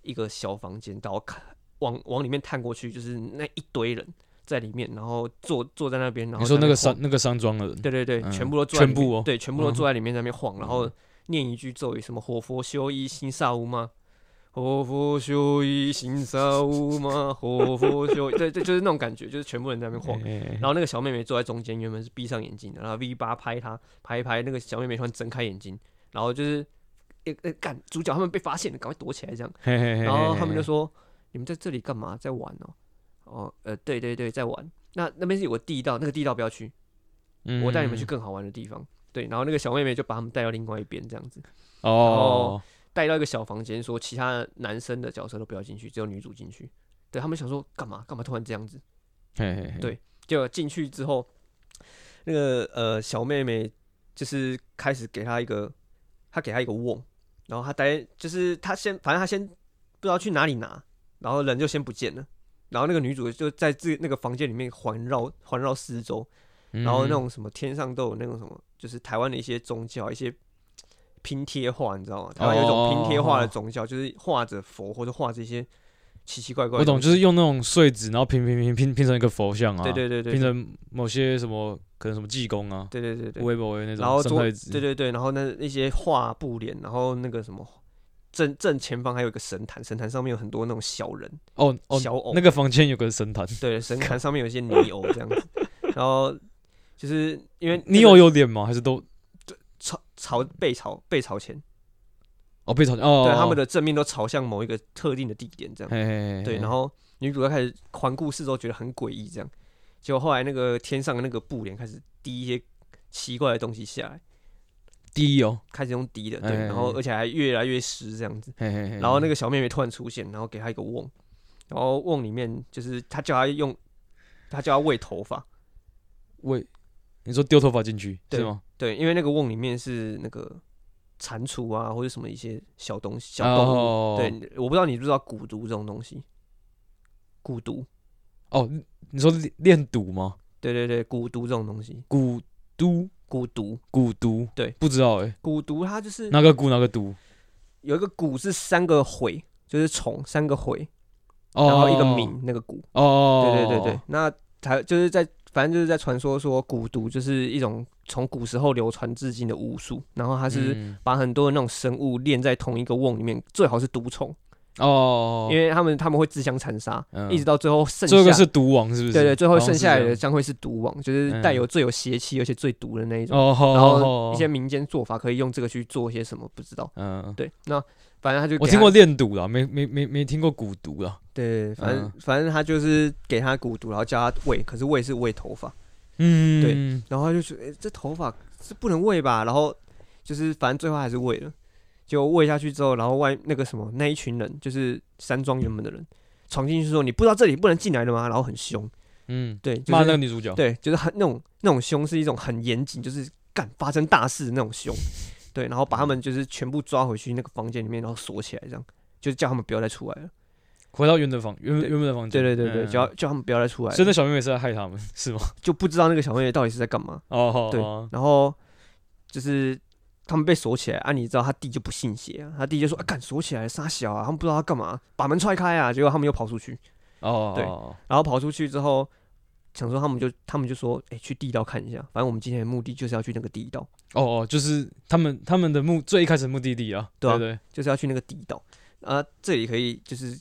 Speaker 2: 一个小房间，然后看往往里面探过去，就是那一堆人在里面，然后坐坐在那边，然后
Speaker 1: 你说那个
Speaker 2: 在
Speaker 1: 山
Speaker 2: 边晃，
Speaker 1: 那个山庄的人，
Speaker 2: 对对对，
Speaker 1: 嗯
Speaker 2: 全部都坐在里面
Speaker 1: 全部哦
Speaker 2: 对，全部都
Speaker 1: 嗯
Speaker 2: 坐在里面在那边晃，然后念一句咒语，什么活佛修一心萨乌嘛。活佛修一心萨乌嘛，活佛修一，对对，就是那种感觉，就是全部人在那边晃，
Speaker 1: 哎哎哎
Speaker 2: 然后那个小妹妹坐在中间，原本是闭上眼睛的，然后 V 八拍她，拍一拍，那个小妹妹突然睁开眼睛，然后就是，诶、诶，干、主角他们被发现了，赶快躲起来这样。
Speaker 1: 嘿嘿嘿嘿
Speaker 2: 然后他们就
Speaker 1: 嘿
Speaker 2: 说：“你们在这里干嘛？在玩哦？哦，呃，对对对，在玩。那那边是有个地道，那个地道不要去，我带你们去
Speaker 1: 嗯
Speaker 2: 更好玩的地方。对，然后那个小妹妹就把他们带到另外一边，这样子，
Speaker 1: 哦，
Speaker 2: 带到一个小房间，说其他男生的角色都不要进去，只有女主进去。对他们想说干嘛干嘛突然这样子。
Speaker 1: 嘿嘿嘿
Speaker 2: 对结果进去之后，那个呃小妹妹就是开始给她一个，她给她一个瓮，然后她待就是她先，反正她先不知道去哪里拿，然后人就先不见了。然后那个女主就在自那个房间里面环绕环绕四周，
Speaker 1: 嗯
Speaker 2: 然后那种什么天上都有那种什么，就是台湾的一些宗教一些拼贴画，你知道吗？台湾有一
Speaker 1: 哦
Speaker 2: 种拼贴画的宗教，就是画着佛或者画着一些奇奇怪
Speaker 1: 我
Speaker 2: 怪的
Speaker 1: 懂，
Speaker 2: 东西。
Speaker 1: 就是用那种碎纸，然后拼拼拼拼拼成一个佛像啊，
Speaker 2: 对对对对
Speaker 1: 拼成某些什么可能什么济公啊，
Speaker 2: 对对对对。
Speaker 1: 微博那
Speaker 2: 然后
Speaker 1: 种生
Speaker 2: 桌
Speaker 1: 态
Speaker 2: 对
Speaker 1: 纸，
Speaker 2: 对对，然后那那些画布帘，然后那个什么正正前方还有一个神坛，神坛上面有很多那种小人、
Speaker 1: 哦哦，
Speaker 2: 小偶，
Speaker 1: 那个房间有个神坛，
Speaker 2: 对，神坛上面有一些泥偶这样子， 然后就是因为
Speaker 1: 你有有脸吗？还是都
Speaker 2: 朝朝背朝背朝前，
Speaker 1: 哦被吵架哦，
Speaker 2: 对，他
Speaker 1: 哦
Speaker 2: 们，的正面都朝向某一个特定的地点这样，
Speaker 1: 嘿嘿嘿，
Speaker 2: 对，然
Speaker 1: 后
Speaker 2: 后女主角开始环顾四周，觉得很诡异这样，结果后来那个天上的那个布帘开始滴一些奇怪的东西下来，
Speaker 1: 第一哦，
Speaker 2: 开始用滴的，
Speaker 1: 哎
Speaker 2: 对，
Speaker 1: 哎哎哎
Speaker 2: 然后而且还越来越湿这样子。
Speaker 1: 嘿嘿嘿，
Speaker 2: 然后那个小妹妹突然出现，然后给她一个瓮，然后瓮里面就是她叫她用，她叫她喂头发，
Speaker 1: 喂，你说丢头发进去
Speaker 2: 对
Speaker 1: 是吗？
Speaker 2: 对，因为那个瓮里面是那个蟾蜍啊或者什么一些小东西、小动物，
Speaker 1: 哦，
Speaker 2: 对，你我不知道你知不知道蛊毒这种东西，蛊毒，
Speaker 1: 哦，你你说练练赌吗？
Speaker 2: 对对对，蛊毒这种东西，
Speaker 1: 蛊都
Speaker 2: 蛊毒，
Speaker 1: 蛊毒，
Speaker 2: 对
Speaker 1: 不知道哎，
Speaker 2: 蛊毒它就是
Speaker 1: 哪个蛊哪个毒？
Speaker 2: 有一个蛊是三个悔，就是虫三个悔，
Speaker 1: 哦，
Speaker 2: 然后一个名那个蛊，
Speaker 1: 哦，
Speaker 2: 对对对对，那他就是在反正就是在传说说蛊毒就是一种从古时候流传至今的巫术，然后它
Speaker 1: 它
Speaker 2: 是把很多的那种生物炼在同一个瓮里面，最好是毒虫，
Speaker 1: 哦，
Speaker 2: 因为他们他们会自相残杀，
Speaker 1: 嗯
Speaker 2: 一直到最后剩
Speaker 1: 最后一个
Speaker 2: 下
Speaker 1: 是。毒王是不是？
Speaker 2: 对对，最后
Speaker 1: 好像
Speaker 2: 剩
Speaker 1: 是
Speaker 2: 下来
Speaker 1: 这
Speaker 2: 的
Speaker 1: 样
Speaker 2: 将会是毒王，就是
Speaker 1: 嗯
Speaker 2: 带有最有邪气而且最毒的那一种。
Speaker 1: 哦，
Speaker 2: 然后
Speaker 1: 吼
Speaker 2: 一些民间做法可以用这个去做些什么，不知道。
Speaker 1: 嗯，
Speaker 2: 对，那反正他就
Speaker 1: 我
Speaker 2: 给
Speaker 1: 听
Speaker 2: 他
Speaker 1: 过练赌啦，没没没没听过蛊毒啦。
Speaker 2: 对，反正、
Speaker 1: 嗯
Speaker 2: 反正他就是给他蛊毒，然后叫他喂，可是喂是喂头发，
Speaker 1: 嗯，
Speaker 2: 对然后他就觉得、诶这头发是不能喂吧，然后就是反正最后还是喂了，结果喂下去之后，然后外那个什么那一群人就是山庄原本的人闯进去说你不知道这里不能进来的吗？然后很凶，
Speaker 1: 嗯，
Speaker 2: 对，就是、
Speaker 1: 骂那个女主角，
Speaker 2: 对，就是很那种那种凶是一种很严谨，就是干发生大事的那种凶，对，然后把他们就是全部抓回去那个房间里面，然后锁起来，这样就是叫他们不要再出来了，
Speaker 1: 回到原的房原
Speaker 2: 对
Speaker 1: 原本的房
Speaker 2: 对
Speaker 1: 间，
Speaker 2: 对对对，
Speaker 1: 嗯
Speaker 2: 叫叫他们不要再出来
Speaker 1: 所以
Speaker 2: 了，
Speaker 1: 那小妹妹是在害他们是吗？
Speaker 2: 就不知道那个小妹妹到底是在干嘛。
Speaker 1: 哦，好
Speaker 2: 对
Speaker 1: 好
Speaker 2: 然后就是他们被锁起来啊，你知道他弟就不信邪啊，他弟就说啊，敢锁起来杀小啊，他们不知道他干嘛，把门踹开啊，结果他们又跑出去，
Speaker 1: 哦，
Speaker 2: 对
Speaker 1: 哦
Speaker 2: 然后跑出去之后，想说他们就他们就说，哎、去地道看一下，反正我们今天的目的就是要去那个地道，
Speaker 1: 哦哦，就是他们他们的目最一开始的目的地啊，
Speaker 2: 对啊
Speaker 1: 对对，
Speaker 2: 就是要去那个地道啊，这里可以就是。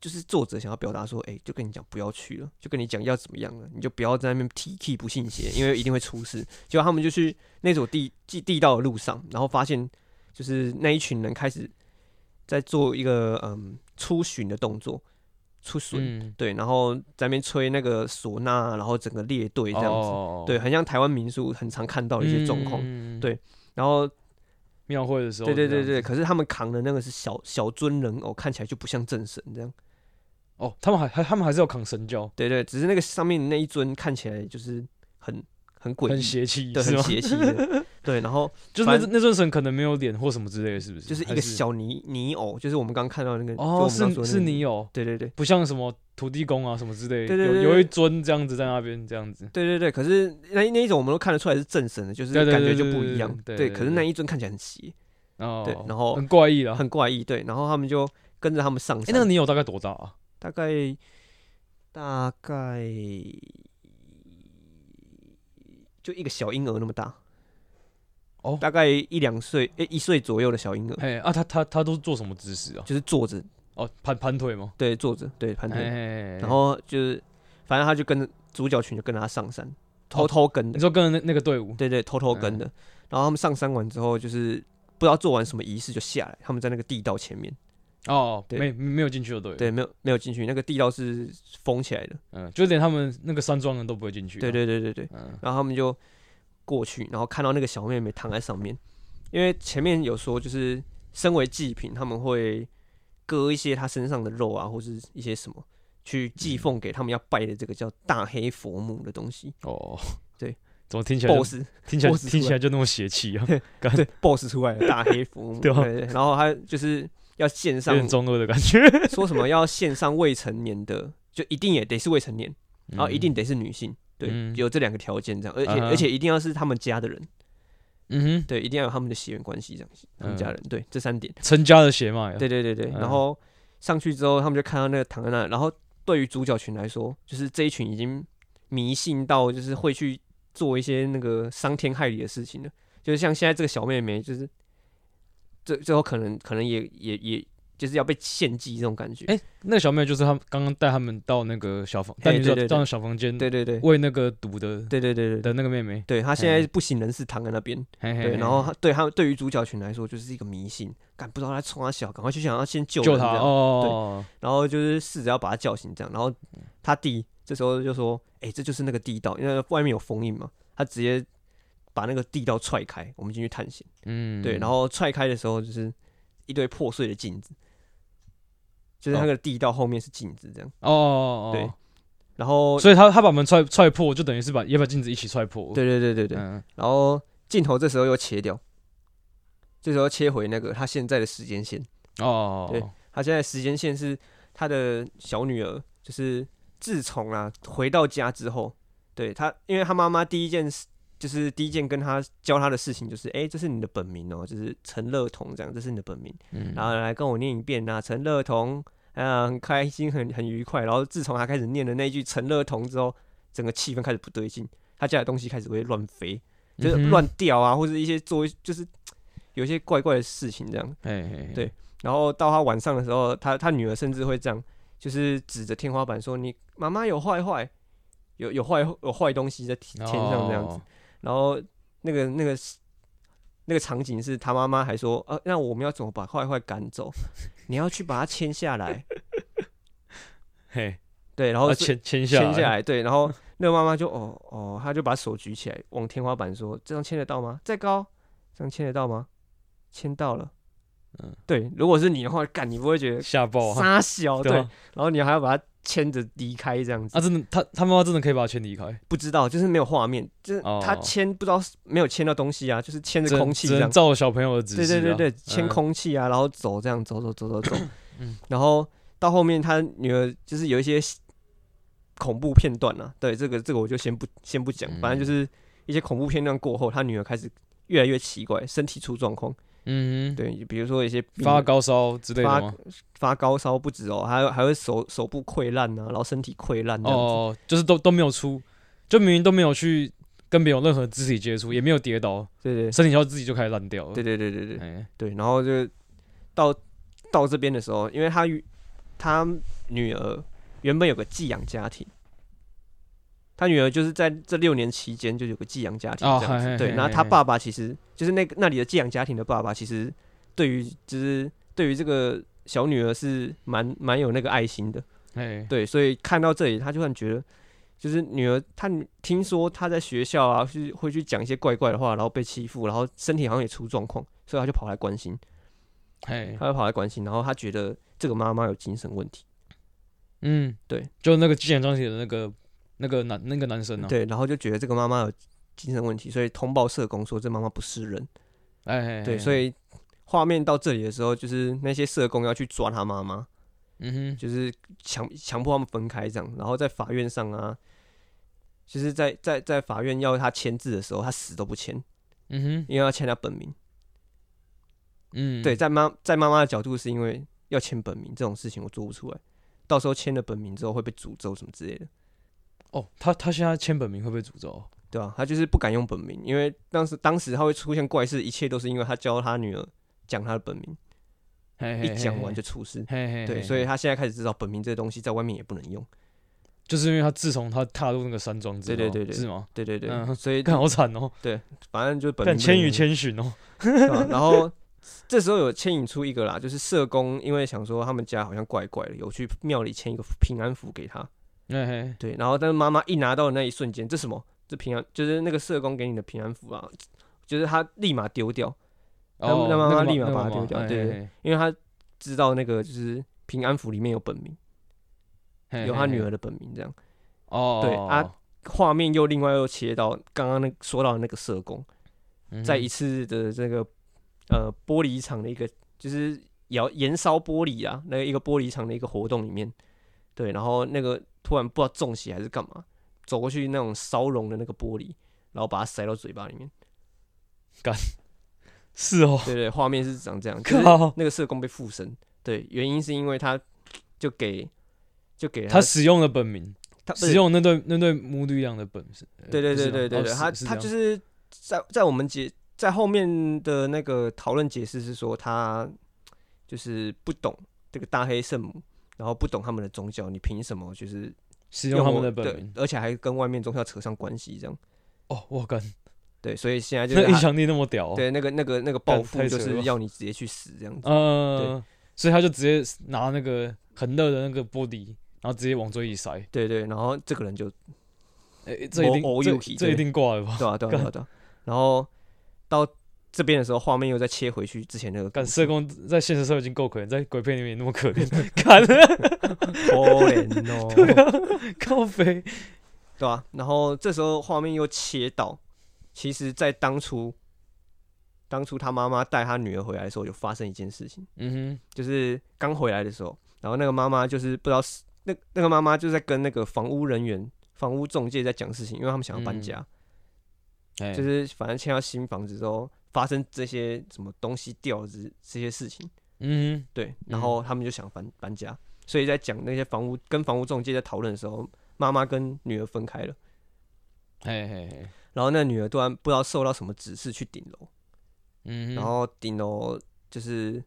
Speaker 2: 就是作者想要表达说，哎、就跟你讲不要去了，就跟你讲要怎么样了，你就不要在那边提 k 不信邪，因为一定会出事。结果他们就去那所地地地道的路上，然后发现就是那一群人开始在做一个嗯出巡的动作，出巡、
Speaker 1: 嗯，
Speaker 2: 对，然后在那边吹那个唢呐，然后整个列队这样子，
Speaker 1: 哦
Speaker 2: 对，，很像台湾民俗很常看到的一些状况。
Speaker 1: 嗯
Speaker 2: 对然后
Speaker 1: 庙会的时候，
Speaker 2: 对对对对，，可是他们扛的那个是小小尊人偶，看起来就不像正神这样。
Speaker 1: 哦，他们还还他们还是要扛神教，
Speaker 2: 对对，只是那个上面那一尊看起来就是很很诡
Speaker 1: 很
Speaker 2: 异，
Speaker 1: 邪气
Speaker 2: 对，
Speaker 1: 是
Speaker 2: 很
Speaker 1: 吗？
Speaker 2: 邪气 的。对，然后
Speaker 1: 就是那
Speaker 2: 反正
Speaker 1: 那尊神可能没有脸或什么之类的，是不是？
Speaker 2: 就是一
Speaker 1: 还
Speaker 2: 个小泥泥偶，就是我们刚刚看到那个，就我
Speaker 1: 哦，
Speaker 2: 们刚刚说
Speaker 1: 是
Speaker 2: 的
Speaker 1: 是
Speaker 2: 那个
Speaker 1: 你有，
Speaker 2: 对对对
Speaker 1: 不像什么土地公啊什么之类，
Speaker 2: 对对对
Speaker 1: 有有
Speaker 2: 对
Speaker 1: 一尊这样子在那边这样子，
Speaker 2: 对对对，可是那那一种我们都看得出来是正神的，就是
Speaker 1: 对对
Speaker 2: 感觉
Speaker 1: 对
Speaker 2: 就
Speaker 1: 对
Speaker 2: 不
Speaker 1: 对
Speaker 2: 一样。
Speaker 1: 对对对
Speaker 2: 可是那一尊看起来很邪，
Speaker 1: 哦，
Speaker 2: 对然后
Speaker 1: 很怪异啦。
Speaker 2: 很怪异。对，然后他们就跟着他们上
Speaker 1: 哎、
Speaker 2: 山。
Speaker 1: 那个你有大概多大啊？
Speaker 2: 大概大概就一个小婴儿那么大，
Speaker 1: 哦
Speaker 2: 大概一两岁，诶、一岁左右的小婴儿，
Speaker 1: 哎啊，他他他都做什么姿势啊？
Speaker 2: 就是坐着，
Speaker 1: 哦，盘盘腿吗？
Speaker 2: 对，坐着，对，盘
Speaker 1: 哎
Speaker 2: 腿，
Speaker 1: 哎哎哎
Speaker 2: 然后就是反正他就跟着主角群就跟着他上山，偷偷跟的，
Speaker 1: 你说跟着那那个队伍，
Speaker 2: 对对，偷偷
Speaker 1: 哎
Speaker 2: 跟的，然后他们上山完之后，就是不知道做完什么仪式就下来，他们在那个地道前面，
Speaker 1: 哦，
Speaker 2: 对
Speaker 1: 没没有进去的队伍，
Speaker 2: 对，没有没有进去，那个地道是封起来的，
Speaker 1: 嗯，就连他们那个山庄人都不会进去、啊
Speaker 2: 对，对对对对，
Speaker 1: 嗯，
Speaker 2: 然后他们就过去，然后看到那个小妹妹躺在上面，因为前面有说就是身为祭品，他们会割一些她身上的肉啊，或是一些什么去祭奉给他们要拜的这个叫大黑佛母的 东西
Speaker 1: 哦，
Speaker 2: 对，
Speaker 1: 怎么听起来就
Speaker 2: ，BOSS
Speaker 1: 听起来
Speaker 2: boss
Speaker 1: 听
Speaker 2: 出
Speaker 1: 起
Speaker 2: 来
Speaker 1: 来就那么邪气啊，
Speaker 2: 对 BOSS 出来了，大黑佛母，
Speaker 1: 对啊
Speaker 2: 对，然后他就是要献
Speaker 1: 有
Speaker 2: 上
Speaker 1: 点中二的感觉，
Speaker 2: 说什么要献上未成年的，就一定也得是未成年， 然后一定得是女性。对，
Speaker 1: 嗯
Speaker 2: 有这两个条件这样，而且、
Speaker 1: 啊哈
Speaker 2: 而且一定要是他们家的人，
Speaker 1: 嗯，嗯哼，
Speaker 2: 对，一定要有他们的血缘关系这样，他们家人，对，这三点。
Speaker 1: 陈家的血脉啊，
Speaker 2: 对对对对，
Speaker 1: 嗯
Speaker 2: 然后上去之后，他们就看到那个躺在那，然后对于主角群来说，就是这一群已经迷信到就是会去做一些那个伤天害理的事情了，就是像现在这个小妹妹，就是最最后可能可能也也也就是要被献祭这种感觉。
Speaker 1: 哎、那个小妹就是他们刚刚带他们到那个小房，带
Speaker 2: 嘿
Speaker 1: 你
Speaker 2: 对
Speaker 1: 们
Speaker 2: 对
Speaker 1: 到到小房间，
Speaker 2: 对对对
Speaker 1: 喂那个毒的
Speaker 2: 对对对对对，
Speaker 1: 的那个妹妹，
Speaker 2: 对她现在
Speaker 1: 嗯
Speaker 2: 不省人事躺在那边，
Speaker 1: 嘿嘿
Speaker 2: 对，
Speaker 1: 嘿
Speaker 2: 然后她对她对于主角群来说就是一个迷信，干不知道她冲她小，赶快去想要先救
Speaker 1: 救
Speaker 2: 人
Speaker 1: 她
Speaker 2: 这样
Speaker 1: 哦，
Speaker 2: 然后就是试着要把他叫醒，这样。然后他弟这时候就说：“哎、这就是那个地道，因为外面有封印嘛。”他直接把那个地道踹开，我们进去探险。
Speaker 1: 嗯，
Speaker 2: 对，然后踹开的时候就是一堆破碎的镜子，就是那个地道后面是镜子这样。
Speaker 1: 哦哦，
Speaker 2: 对
Speaker 1: 哦
Speaker 2: 然后，
Speaker 1: 所以他他把门踹踹破，就等于是把也把镜子一起踹破。
Speaker 2: 对对对对对，
Speaker 1: 嗯，
Speaker 2: 然后镜头这时候又切掉，这时候切回那个他现在的时间线。
Speaker 1: 哦，
Speaker 2: 对他现在时间线是他的小女儿，就是自从啊回到家之后，对他，因为他妈妈第一件事就是第一件跟他教他的事情就是，哎、这是你的本名哦、就是陈乐彤这样，这是你的本名，
Speaker 1: 嗯
Speaker 2: 然后来跟我念一遍啊，陈乐彤，啊，很开心，很很愉快。然后自从他开始念的那句陈乐彤之后，整个气氛开始不对劲，他家的东西开始会乱飞，就是
Speaker 1: 嗯哼
Speaker 2: 乱掉啊，或者一些做一就是有一些怪怪的事情这样。
Speaker 1: 嘿嘿，嘿
Speaker 2: 对然后到他晚上的时候，他他女儿甚至会这样，就是指着天花板说：“你妈妈有坏坏，有有坏有坏东西在天天上这样子。
Speaker 1: 哦
Speaker 2: 然后那个那个那个场景是他妈妈还说：“呃、那我们要怎么把坏坏赶走？你要去把它牵下来。
Speaker 1: 嘿，”
Speaker 2: 对，然
Speaker 1: 然
Speaker 2: 后
Speaker 1: 后
Speaker 2: 是
Speaker 1: 签签下
Speaker 2: 啊牵下，来，对，然后那个妈妈就哦哦，她就把手举起来往天花板说：“这样牵得到吗？再高，这样牵得到吗？牵到了。”
Speaker 1: 嗯
Speaker 2: 嗯，对，如果是你的话，干你不会觉得
Speaker 1: 吓 爆啊！
Speaker 2: 傻小哦对，
Speaker 1: 啊
Speaker 2: 然，后你还要把它牵着离开这样子，
Speaker 1: 啊真的，他他妈妈真的可以把他牵离开，
Speaker 2: 不知道就是没有画面，就是
Speaker 1: 哦
Speaker 2: 他牵不知道是没有牵到东西啊，就是牵
Speaker 1: 只
Speaker 2: 着
Speaker 1: 能
Speaker 2: 空气
Speaker 1: 只
Speaker 2: 这
Speaker 1: 能
Speaker 2: 样，
Speaker 1: 照小朋友的指示
Speaker 2: 对
Speaker 1: 啊。
Speaker 2: 对对对，牵
Speaker 1: 嗯，
Speaker 2: 空气啊，然后走这样走走走走走，
Speaker 1: 嗯
Speaker 2: 然后到后面他女儿就是有一些恐怖片段啊，对这个这个我就先不先不
Speaker 1: 嗯
Speaker 2: 讲，反正就是一些恐怖片段过后，他女儿开始越来越奇怪，身体出状况，
Speaker 1: 嗯哼，
Speaker 2: 对，比如说一些病
Speaker 1: 发高烧之类的
Speaker 2: 发
Speaker 1: 吗？
Speaker 2: 发高烧不止哦，还有还会手手部溃烂啊，然后身体溃烂这样子。
Speaker 1: 哦，就是都都没有出，就明明都没有去跟别人有任何肢体接触，也没有跌倒，
Speaker 2: 对对
Speaker 1: 身体就自己就开始烂掉了。
Speaker 2: 对对对对对
Speaker 1: 哎，
Speaker 2: 对，然后就到到这边的时候，因为他与他女儿原本有个寄养家庭，他女儿就是在这六年期间就有个寄养家庭
Speaker 1: 哦
Speaker 2: 这样子。
Speaker 1: 嘿嘿
Speaker 2: 对，
Speaker 1: 嘿
Speaker 2: 然后
Speaker 1: 嘿
Speaker 2: 他
Speaker 1: 嘿
Speaker 2: 爸爸其实就是那个那里的寄养家庭的爸爸，其实对于就是对于这个小女儿是蛮蛮有那个爱心的。
Speaker 1: 哎，
Speaker 2: 对，所以看到这里，他就算觉得，就是女儿，她听说她在学校啊，去会去讲一些怪怪的话，然后被欺负，然后身体好像也出状况，所以他就跑来关心，
Speaker 1: 哎，
Speaker 2: 他就跑来关心，然后他觉得这个妈妈有精神问题，
Speaker 1: 嗯，
Speaker 2: 对，
Speaker 1: 就那个纪检章写的那个那个男那个男生啊，
Speaker 2: 对，然后就觉得这个妈妈有精神问题，所以通报社工说这妈妈不是人，
Speaker 1: 哎，哎，
Speaker 2: 对，
Speaker 1: 哎
Speaker 2: 所以画面到这里的时候，就是那些社工要去抓他妈妈，
Speaker 1: 嗯哼，
Speaker 2: 就是强强迫他们分开这样，然后在法院上啊，就是在在在法院要他签字的时候，他死都不签，
Speaker 1: 嗯哼，
Speaker 2: 因为要签他本名。
Speaker 1: 嗯，
Speaker 2: 对，，在妈在妈妈的角度是因为要签本名这种事情我做不出来，到时候签了本名之后会被诅咒什么之类的，
Speaker 1: 哦，他他现在签本名会被诅咒哦，
Speaker 2: 对吧、他就是不敢用本名，因为当时当时他会出现怪事，一切都是因为他教他女儿讲他的本名，
Speaker 1: 嘿
Speaker 2: 一讲完，
Speaker 1: 嘿
Speaker 2: 就出事。
Speaker 1: 嘿嘿嘿嘿，
Speaker 2: 对，
Speaker 1: 嘿
Speaker 2: 所以他现在开始知道本名这个东西在外面也不能用。
Speaker 1: 就是因为他自从他踏入那个山庄之后，
Speaker 2: 对对对对
Speaker 1: 是吗？
Speaker 2: 对对对，
Speaker 1: 嗯
Speaker 2: 所以
Speaker 1: 看好惨哦，
Speaker 2: 反正就是
Speaker 1: 看
Speaker 2: 本名不能
Speaker 1: 千与
Speaker 2: 用
Speaker 1: 千寻哦，
Speaker 2: 对吧然后这时候有牵引出一个啦， 就是社工，因为想说他们家好像怪怪的，有去庙里签一个平安符给他。
Speaker 1: 嘿哎嘿，
Speaker 2: 对，然后但是妈妈一拿到的那一瞬间，这什么？这平安就是那个社工给你的平安符啊，就是他立马丢掉，那
Speaker 1: 哦
Speaker 2: 那妈妈
Speaker 1: 个
Speaker 2: 立马
Speaker 1: 那
Speaker 2: 把
Speaker 1: 个
Speaker 2: 它丢掉
Speaker 1: 妈哎
Speaker 2: 对
Speaker 1: 嘿
Speaker 2: 对因为他知道那个就是平安符里面有本名，
Speaker 1: 嘿嘿
Speaker 2: 有他
Speaker 1: 嘿嘿
Speaker 2: 女儿的本名这样。
Speaker 1: 哦，
Speaker 2: 对
Speaker 1: 哦
Speaker 2: 啊，画面又另外又切到刚刚那说到的那个社工，
Speaker 1: 嗯
Speaker 2: 在
Speaker 1: 哼
Speaker 2: 一次的这个呃玻璃厂的一个就是窑燃烧玻璃啊，那一个玻璃厂的一个活动里面，对，然后那个突然不知道中邪还是干嘛，走过去那种烧融的那个玻璃，然后把它塞到嘴巴里面，
Speaker 1: 是哦，
Speaker 2: 对对，画面是长这样，可是
Speaker 1: 靠，
Speaker 2: 那个社工被附身，对，原因是因为他就给就给
Speaker 1: 他
Speaker 2: 他
Speaker 1: 使用了本名，
Speaker 2: 他不是
Speaker 1: 使用那对那对母女俩的本事，
Speaker 2: 对对
Speaker 1: 不
Speaker 2: 对
Speaker 1: 是
Speaker 2: 对
Speaker 1: 吗
Speaker 2: 对对，
Speaker 1: 哦
Speaker 2: 他
Speaker 1: 是
Speaker 2: 他就是是在在我们解在后面的那个讨论解释是说他就是不懂这个大黑圣母，然后不懂他们的宗教，你凭什么就是
Speaker 1: 使用他
Speaker 2: 我
Speaker 1: 们的本
Speaker 2: 对
Speaker 1: 名，
Speaker 2: 而且还跟外面宗教扯上关系这样？
Speaker 1: 哦，我干，
Speaker 2: 对，所以现在就
Speaker 1: 那
Speaker 2: 是
Speaker 1: 影
Speaker 2: 他
Speaker 1: 响力那么屌哦，
Speaker 2: 对那个那个那个
Speaker 1: 干
Speaker 2: 报复
Speaker 1: 太
Speaker 2: 就
Speaker 1: 扯了
Speaker 2: 是
Speaker 1: 吧
Speaker 2: 要你直接去死这样子，
Speaker 1: 嗯，
Speaker 2: 呃
Speaker 1: 所以他就直接拿那个很热的那个玻璃，然后直接往嘴里塞，
Speaker 2: 对对，然后这个人就
Speaker 1: 哎、这一定
Speaker 2: 某某
Speaker 1: 这
Speaker 2: 右起
Speaker 1: 这
Speaker 2: 对
Speaker 1: 一定挂了 吧？
Speaker 2: 对啊对啊对啊对啊，然后到这边的时候，画面又再切回去之前那个
Speaker 1: 干
Speaker 2: 故事
Speaker 1: 社 工在现实社会已经够可怜，在鬼片里面也那么可怜，干
Speaker 2: 可怜 哦。
Speaker 1: 靠飞，
Speaker 2: 对啊，然后这时候画面又切到，其实，在当初，当初他妈妈带他女儿回来的时候，有发生一件事情，
Speaker 1: 嗯
Speaker 2: 就是刚回来的时候，然后那个妈妈就是不知道是那那个妈妈就在跟那个房屋人员、房屋中介在讲事情，因为他们想要搬家，
Speaker 1: 哼，嗯哎
Speaker 2: 就是反正迁到新房子之后，发生这些什么东西掉了这这些事情，
Speaker 1: 嗯
Speaker 2: 对，然后他们就想搬搬家，所以在讲那些房屋跟房屋中介在讨论的时候，妈妈跟女儿分开了。
Speaker 1: 哼，嘿嘿嘿，
Speaker 2: 然后那女儿突然不知道受到什么指示去顶楼，
Speaker 1: 嗯哼，
Speaker 2: 然后顶楼就是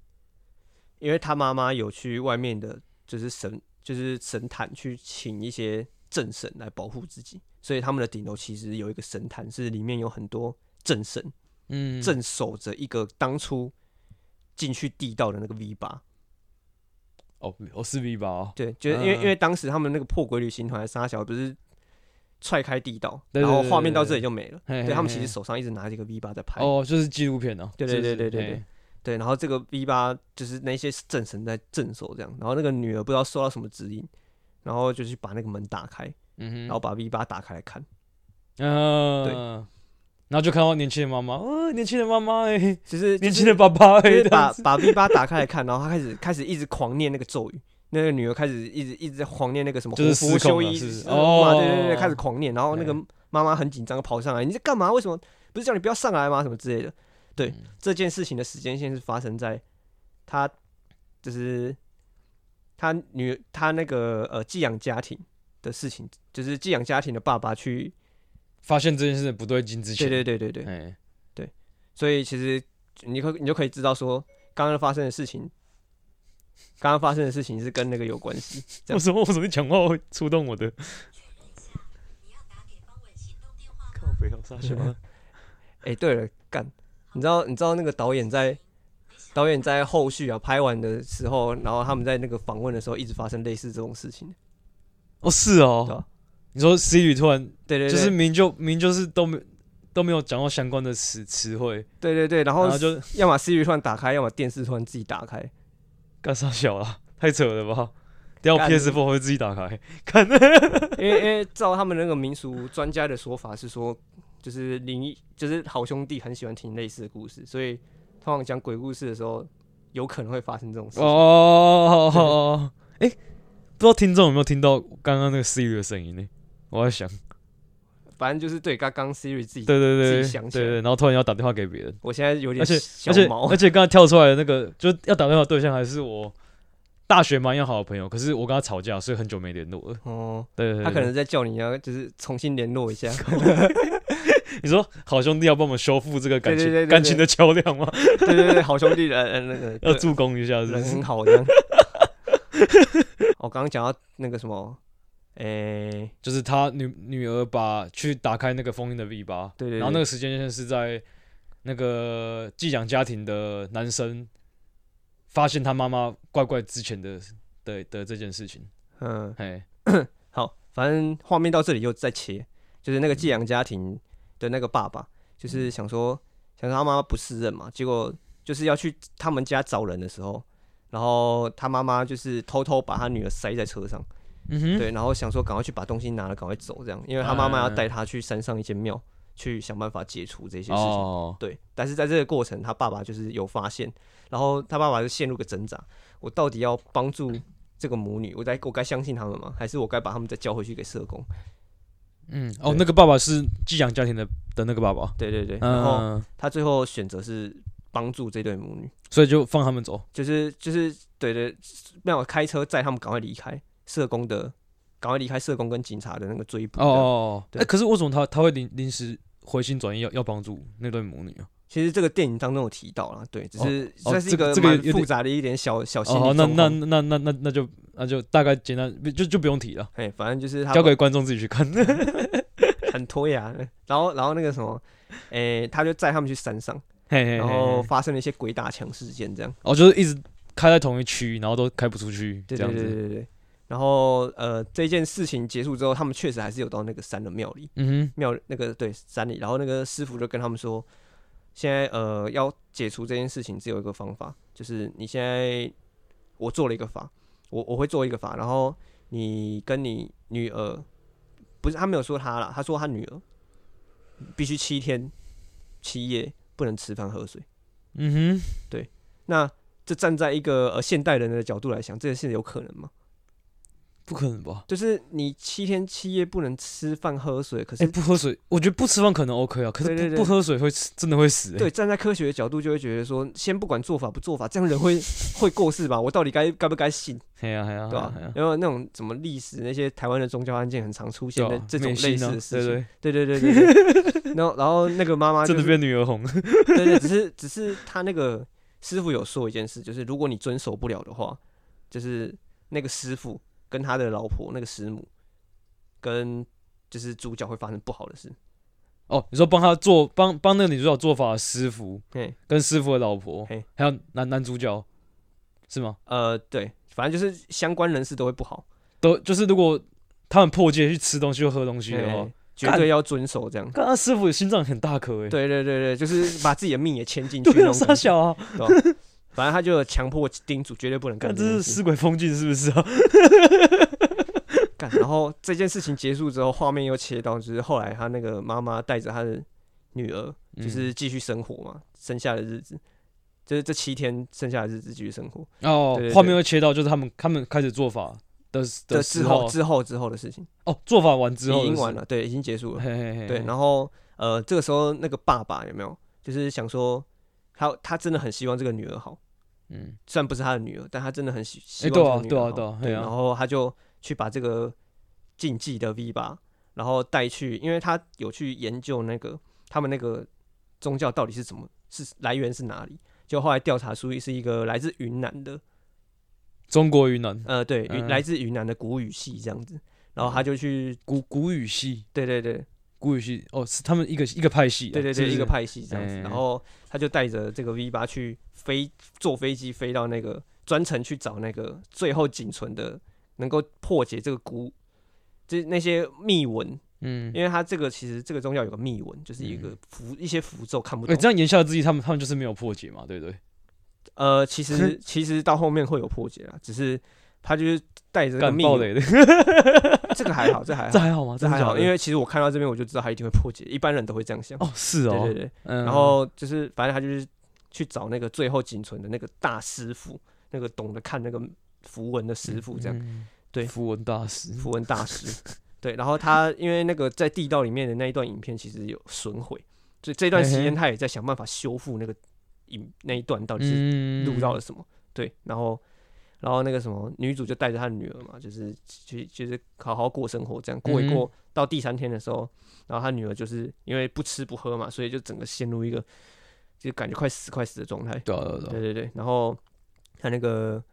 Speaker 2: 因为她妈妈有去外面的，就是神就是神坛去请一些正神来保护自己，所以他们的顶楼其实有一个神坛，是里面有很多正神
Speaker 1: 嗯
Speaker 2: 正守着一个当初进去地道的那个 V 八。
Speaker 1: 哦哦四 B 八哦，
Speaker 2: 对，就是因为
Speaker 1: 嗯
Speaker 2: 因为当时他们那个破鬼旅行团的沙小不是踹开地道，
Speaker 1: 对
Speaker 2: 然后
Speaker 1: 对对
Speaker 2: 画面
Speaker 1: 对
Speaker 2: 到
Speaker 1: 对
Speaker 2: 这里就没了。
Speaker 1: 嘿
Speaker 2: 对
Speaker 1: 嘿
Speaker 2: 他们
Speaker 1: 嘿
Speaker 2: 其实手上一直拿着一个 V 八在拍。
Speaker 1: 哦就是纪录片哦，
Speaker 2: 对对
Speaker 1: 是不是
Speaker 2: 对对对对
Speaker 1: 嘿
Speaker 2: 对，然后这个 V 八就是那些正神在镇守这样，然后那个女儿不知道受到什么指引，然后就去把那个门打开，
Speaker 1: 嗯哼，
Speaker 2: 然后把 V 八打开来看，
Speaker 1: 嗯、
Speaker 2: 对
Speaker 1: 然后就看到年轻的妈妈，哦，年轻的妈妈哎、
Speaker 2: 就是
Speaker 1: 年轻的，爸爸
Speaker 2: 就
Speaker 1: 哎、
Speaker 2: 是
Speaker 1: 这
Speaker 2: 把
Speaker 1: 样子
Speaker 2: 把 V 八打开来看，然后她开始开始一直狂念那个咒语，那个女儿开始一直一直在狂念那个什么
Speaker 1: 就是
Speaker 2: 胡服
Speaker 1: 失控
Speaker 2: 修
Speaker 1: 了
Speaker 2: 一，
Speaker 1: 是不是
Speaker 2: 什么嘛
Speaker 1: 哦
Speaker 2: 对对对，开始狂念，然后那个
Speaker 1: 嗯
Speaker 2: 妈妈很紧张地跑上来，你在干嘛？为什么不是叫你不要上来吗？什么之类的。对
Speaker 1: 嗯
Speaker 2: 这件事情的时间线是发生在她就是她女她那个呃寄养家庭的事情，就是寄养家庭的爸爸去，
Speaker 1: 发现这件事不对劲之前，
Speaker 2: 对对对对对，
Speaker 1: 哎
Speaker 2: 所以其实你可你就可以知道说刚刚发生的事情，刚刚发生的事情是跟那个有关系，这样
Speaker 1: 为什么为什么你讲话会触动我的？靠北哦 傻笑 啊
Speaker 2: 哎、对了，干，你知道你知道那个导演在导演在后续啊拍完的时候，然后他们在那个访问的时候，一直发生类似这种事情。
Speaker 1: 哦，是
Speaker 2: 对啊
Speaker 1: 哦，你说 Siri 突然
Speaker 2: 对对对，
Speaker 1: 就是明就明就是都没都没有讲到相关的词词汇，
Speaker 2: 对对对，然后
Speaker 1: 然后就
Speaker 2: 要么 Siri 突然打开，要么电视突然自己打开。
Speaker 1: 干啥小了， 太扯了吧！等下我
Speaker 2: 干
Speaker 1: PS4 会自己打开，看
Speaker 2: 因为因为照他们那个民俗专家的说法是说，就是灵异，就是好兄弟很喜欢听类似的故事，所以通常讲鬼故事的时候，有可能会发生这种事 情。
Speaker 1: 哦，哎、不知道听众有没有听到刚刚那个 Siri 的声音呢？我在想，
Speaker 2: 反正就是对刚刚 Siri 自己，
Speaker 1: 对对对
Speaker 2: 自己
Speaker 1: 对
Speaker 2: 想
Speaker 1: 对
Speaker 2: 起来
Speaker 1: 对，然后突然要打电话给别人，
Speaker 2: 我现在有点
Speaker 1: 而且
Speaker 2: 小
Speaker 1: 而且
Speaker 2: 毛
Speaker 1: 而，且刚才跳出来的那个，就是要打电话的对象还是我大学蛮要好的朋友，可是我跟他吵架，所以很久没联络了。
Speaker 2: 哦，
Speaker 1: 对对对
Speaker 2: 他可能在叫你要就是重新联络一下，
Speaker 1: 你说好兄弟要帮我们修复这个感情
Speaker 2: 对对对对对
Speaker 1: 感情的桥梁吗？
Speaker 2: 对对对，好兄弟人，呃那个
Speaker 1: 要
Speaker 2: 对
Speaker 1: 助攻一下是不
Speaker 2: 人
Speaker 1: 是
Speaker 2: 很？好这样。 哦我刚刚讲到那个什么，诶、
Speaker 1: 就是他女女儿把去打开那个封印的 V 八，
Speaker 2: 对对对
Speaker 1: 然后那个时间线是在那个寄养家庭的男生发现他妈妈怪怪之前的的的这件事情，
Speaker 2: 嗯，
Speaker 1: 嘿，
Speaker 2: 好，反正画面到这里又再切，就是
Speaker 1: 嗯
Speaker 2: 那个寄养家庭的那个爸爸，就是想说，想说他妈妈不适任嘛，结果就是要去他们家找人的时候，然后他妈妈就是偷偷把他女儿塞在车上，
Speaker 1: 嗯哼，
Speaker 2: 对，然后想说赶快去把东西拿了，赶快走这样，因为他妈妈要
Speaker 1: 嗯
Speaker 2: 带他去山上一间庙去想办法解除这些事情。
Speaker 1: 哦，
Speaker 2: 对，但是在这个过程，他爸爸就是有发现，然后他爸爸就陷入个挣扎：我到底要帮助这个母女，我该我该相信他们吗？还是我该把他们再交回去给社工？
Speaker 1: 嗯，哦
Speaker 2: 对，
Speaker 1: 那个爸爸是寄养家庭的的那个爸爸，
Speaker 2: 对对对，然后
Speaker 1: 嗯，
Speaker 2: 他最后选择是帮助这对母女，
Speaker 1: 所以就放他们走，
Speaker 2: 就是就是对对，让我开车载他们赶快离开社工的，赶快离开社工跟警察的那个追捕。
Speaker 1: 哦哦，哦，
Speaker 2: 对
Speaker 1: 哎，可是为什么他他会临临时回心转意要要帮助那对母女啊？
Speaker 2: 其实这个电影当中有提到啦，对，只
Speaker 1: 哦
Speaker 2: 是
Speaker 1: 哦
Speaker 2: 算是一
Speaker 1: 这个
Speaker 2: 个
Speaker 1: 这个
Speaker 2: 蛮
Speaker 1: 有点
Speaker 2: 复杂的一点小小心
Speaker 1: 哦，
Speaker 2: 理
Speaker 1: 那
Speaker 2: 状
Speaker 1: 那
Speaker 2: 况。
Speaker 1: 那那那那就那就大概简单，就就不用提了，
Speaker 2: 哎，反正就是他
Speaker 1: 交
Speaker 2: 把
Speaker 1: 给观众自己去看。
Speaker 2: 很脱牙。 然后，然后那个什么，诶、他就载他们去山上，
Speaker 1: 嘿嘿嘿，
Speaker 2: 然
Speaker 1: 嘿
Speaker 2: 后发生了一些鬼打墙事件，这样。
Speaker 1: 哦，就是一直开在同一区，然后都开不出去，
Speaker 2: 对
Speaker 1: 这
Speaker 2: 对
Speaker 1: 样
Speaker 2: 对对
Speaker 1: 子。
Speaker 2: 对对。然后，呃，这件事情结束之后，他们确实还是有到那个山的庙里，
Speaker 1: 嗯
Speaker 2: 庙那个对山里。然后那个师傅就跟他们说，现在呃要解除这件事情，只有一个方法，就是你现在我做了一个法，我我会做一个法，然后你跟你女儿，不是他没有说他啦，他说他女儿必须七天七夜不能吃饭喝水。
Speaker 1: 哼，嗯哼，
Speaker 2: 那这站在一个呃现代人的角度来想，这件事有可能吗？
Speaker 1: 不可能吧？
Speaker 2: 就是你七天七夜不能吃饭喝水，可
Speaker 1: 哎、
Speaker 2: 是
Speaker 1: 不喝水，我觉得不吃饭可能 OK 啊，可是不
Speaker 2: 对对对
Speaker 1: 不喝水会死真的会死、欸。
Speaker 2: 对，站在科学的角度就会觉得说，先不管做法不做法，这样人会会过世吧？我到底该该不该信，
Speaker 1: 嘿啊呀，嘿呀，
Speaker 2: 对啊
Speaker 1: 嘿呀
Speaker 2: 吧
Speaker 1: 嘿呀？
Speaker 2: 然后那种什么历史那些台湾的宗教案件很常出现
Speaker 1: 对
Speaker 2: 的
Speaker 1: 啊，
Speaker 2: 这种
Speaker 1: 美
Speaker 2: 类
Speaker 1: 心
Speaker 2: 似
Speaker 1: 啊
Speaker 2: 的事情，
Speaker 1: 对
Speaker 2: 对对对对对。然后然后那个妈妈
Speaker 1: 对，真
Speaker 2: 就
Speaker 1: 的
Speaker 2: 是，
Speaker 1: 变女儿红。
Speaker 2: 对对，只是只是他那个师傅有说一件事，就是如果你遵守不了的话，就是那个师傅跟他的老婆那个师母跟就是主角会发生不好的事。
Speaker 1: 哦，你说帮他做帮帮那个女主角做法的师傅
Speaker 2: 对，
Speaker 1: 跟师傅的老婆
Speaker 2: 嘿，
Speaker 1: 还有男男主角，是吗？
Speaker 2: 呃，对，反正就是相关人士都会不好。
Speaker 1: 都就是如果他们破戒去吃东西或喝东西的话
Speaker 2: 对，，绝对要遵守这样。
Speaker 1: 刚刚师傅心脏很大颗哎、欸。
Speaker 2: 对对对对，就是把自己的命也牵进 去
Speaker 1: 对
Speaker 2: 那
Speaker 1: 啊，
Speaker 2: 种
Speaker 1: 傻
Speaker 2: 感觉。
Speaker 1: 小啊，
Speaker 2: 对吧反正他就有强迫叮嘱，绝对不能干
Speaker 1: 看
Speaker 2: 这
Speaker 1: 这
Speaker 2: 件
Speaker 1: 是
Speaker 2: 事。
Speaker 1: 尸鬼风境是不是啊？
Speaker 2: 干，然后这件事情结束之后，画面又切到，就是后来他那个妈妈带着他的女儿， 就
Speaker 1: 嗯
Speaker 2: 是继续生活嘛，剩下的日子，就是这七天剩下的日子继续生活
Speaker 1: 哦
Speaker 2: 对对，
Speaker 1: 画
Speaker 2: 对
Speaker 1: 面会切到，就是他们他们开始做法的
Speaker 2: 这
Speaker 1: 的
Speaker 2: 之
Speaker 1: 时
Speaker 2: 后
Speaker 1: 候，
Speaker 2: 之后之后的事情，
Speaker 1: 哦，做法完之后
Speaker 2: 已经完
Speaker 1: 了，
Speaker 2: 了，对，已经结束了。
Speaker 1: 嘿嘿嘿，
Speaker 2: 对，然后呃，这个时候那个爸爸有没有就是想说他他真的很希望这个女儿好，
Speaker 1: 嗯，
Speaker 2: 虽然不是他的女儿，但他真的很希希
Speaker 1: 哎
Speaker 2: 望
Speaker 1: 对
Speaker 2: 这个
Speaker 1: 啊
Speaker 2: 女
Speaker 1: 对
Speaker 2: 儿
Speaker 1: 啊
Speaker 2: 好
Speaker 1: 对啊嘿
Speaker 2: 对，
Speaker 1: 啊
Speaker 2: 然后他就去把这个禁忌的 V 八，然后带去，因为他有去研究那个他们那个宗教到底是怎么是来源是哪里，就后来调查出是一个来自云南的，
Speaker 1: 中国云南
Speaker 2: 呃，对，云、
Speaker 1: 嗯
Speaker 2: 来自云南的古语系这样子，然后他就去，
Speaker 1: 古古语系，
Speaker 2: 对对对，
Speaker 1: 古语系哦，是他们一个一个派系啊，
Speaker 2: 对对
Speaker 1: 是
Speaker 2: 对，
Speaker 1: 不
Speaker 2: 一个
Speaker 1: 是，
Speaker 2: 派系这样子。然
Speaker 1: 哎
Speaker 2: 后他就带着这个 V 八去飞，坐飞机飞到那个专程去找那个最后仅存的能够破解这个古，就是那些密文，
Speaker 1: 嗯，
Speaker 2: 因为他这个其实这个宗教有个密文，就是一个符一些符咒看不
Speaker 1: 哎，
Speaker 2: 懂。
Speaker 1: 这样言下之意，他们他们就是没有破解嘛，对不对？
Speaker 2: 呃，其实其实到后面会有破解啦，只是他就是带着这个
Speaker 1: 干
Speaker 2: 密
Speaker 1: 爆
Speaker 2: 文，
Speaker 1: 雷的，
Speaker 2: 这个还好， 这还
Speaker 1: 这
Speaker 2: 好，
Speaker 1: 还好吗？
Speaker 2: 这
Speaker 1: 真的
Speaker 2: 还好，
Speaker 1: 假的
Speaker 2: 因为其实我看到这边我就知道他一定会破解，一般人都会这样想。
Speaker 1: 哦是
Speaker 2: 对对
Speaker 1: 哦，
Speaker 2: 对。
Speaker 1: 嗯，
Speaker 2: 然后就是反正他就是去找那个最后仅存的那个大师傅，那个懂得看那个符文的师傅这样，
Speaker 1: 嗯
Speaker 2: 对
Speaker 1: 符文大师，
Speaker 2: 符文大师。 对，然后他因为那个在地道里面的那一段影片其实有损毁，所以这段时
Speaker 1: 嘿嘿
Speaker 2: 间他也在想办法修复那个影那一段到底是
Speaker 1: 嗯
Speaker 2: 录到了什么。对，然后然后那个什么女主就带着她的女儿嘛，就是去就是好好过生活，这样
Speaker 1: 嗯
Speaker 2: 过一过。到第三天的时候，然后她女儿就是因为不吃不喝嘛，所以就整个陷入一个就感觉快死快死的状态。
Speaker 1: 对啊对啊对
Speaker 2: 对
Speaker 1: 啊，
Speaker 2: 对对，然后她那个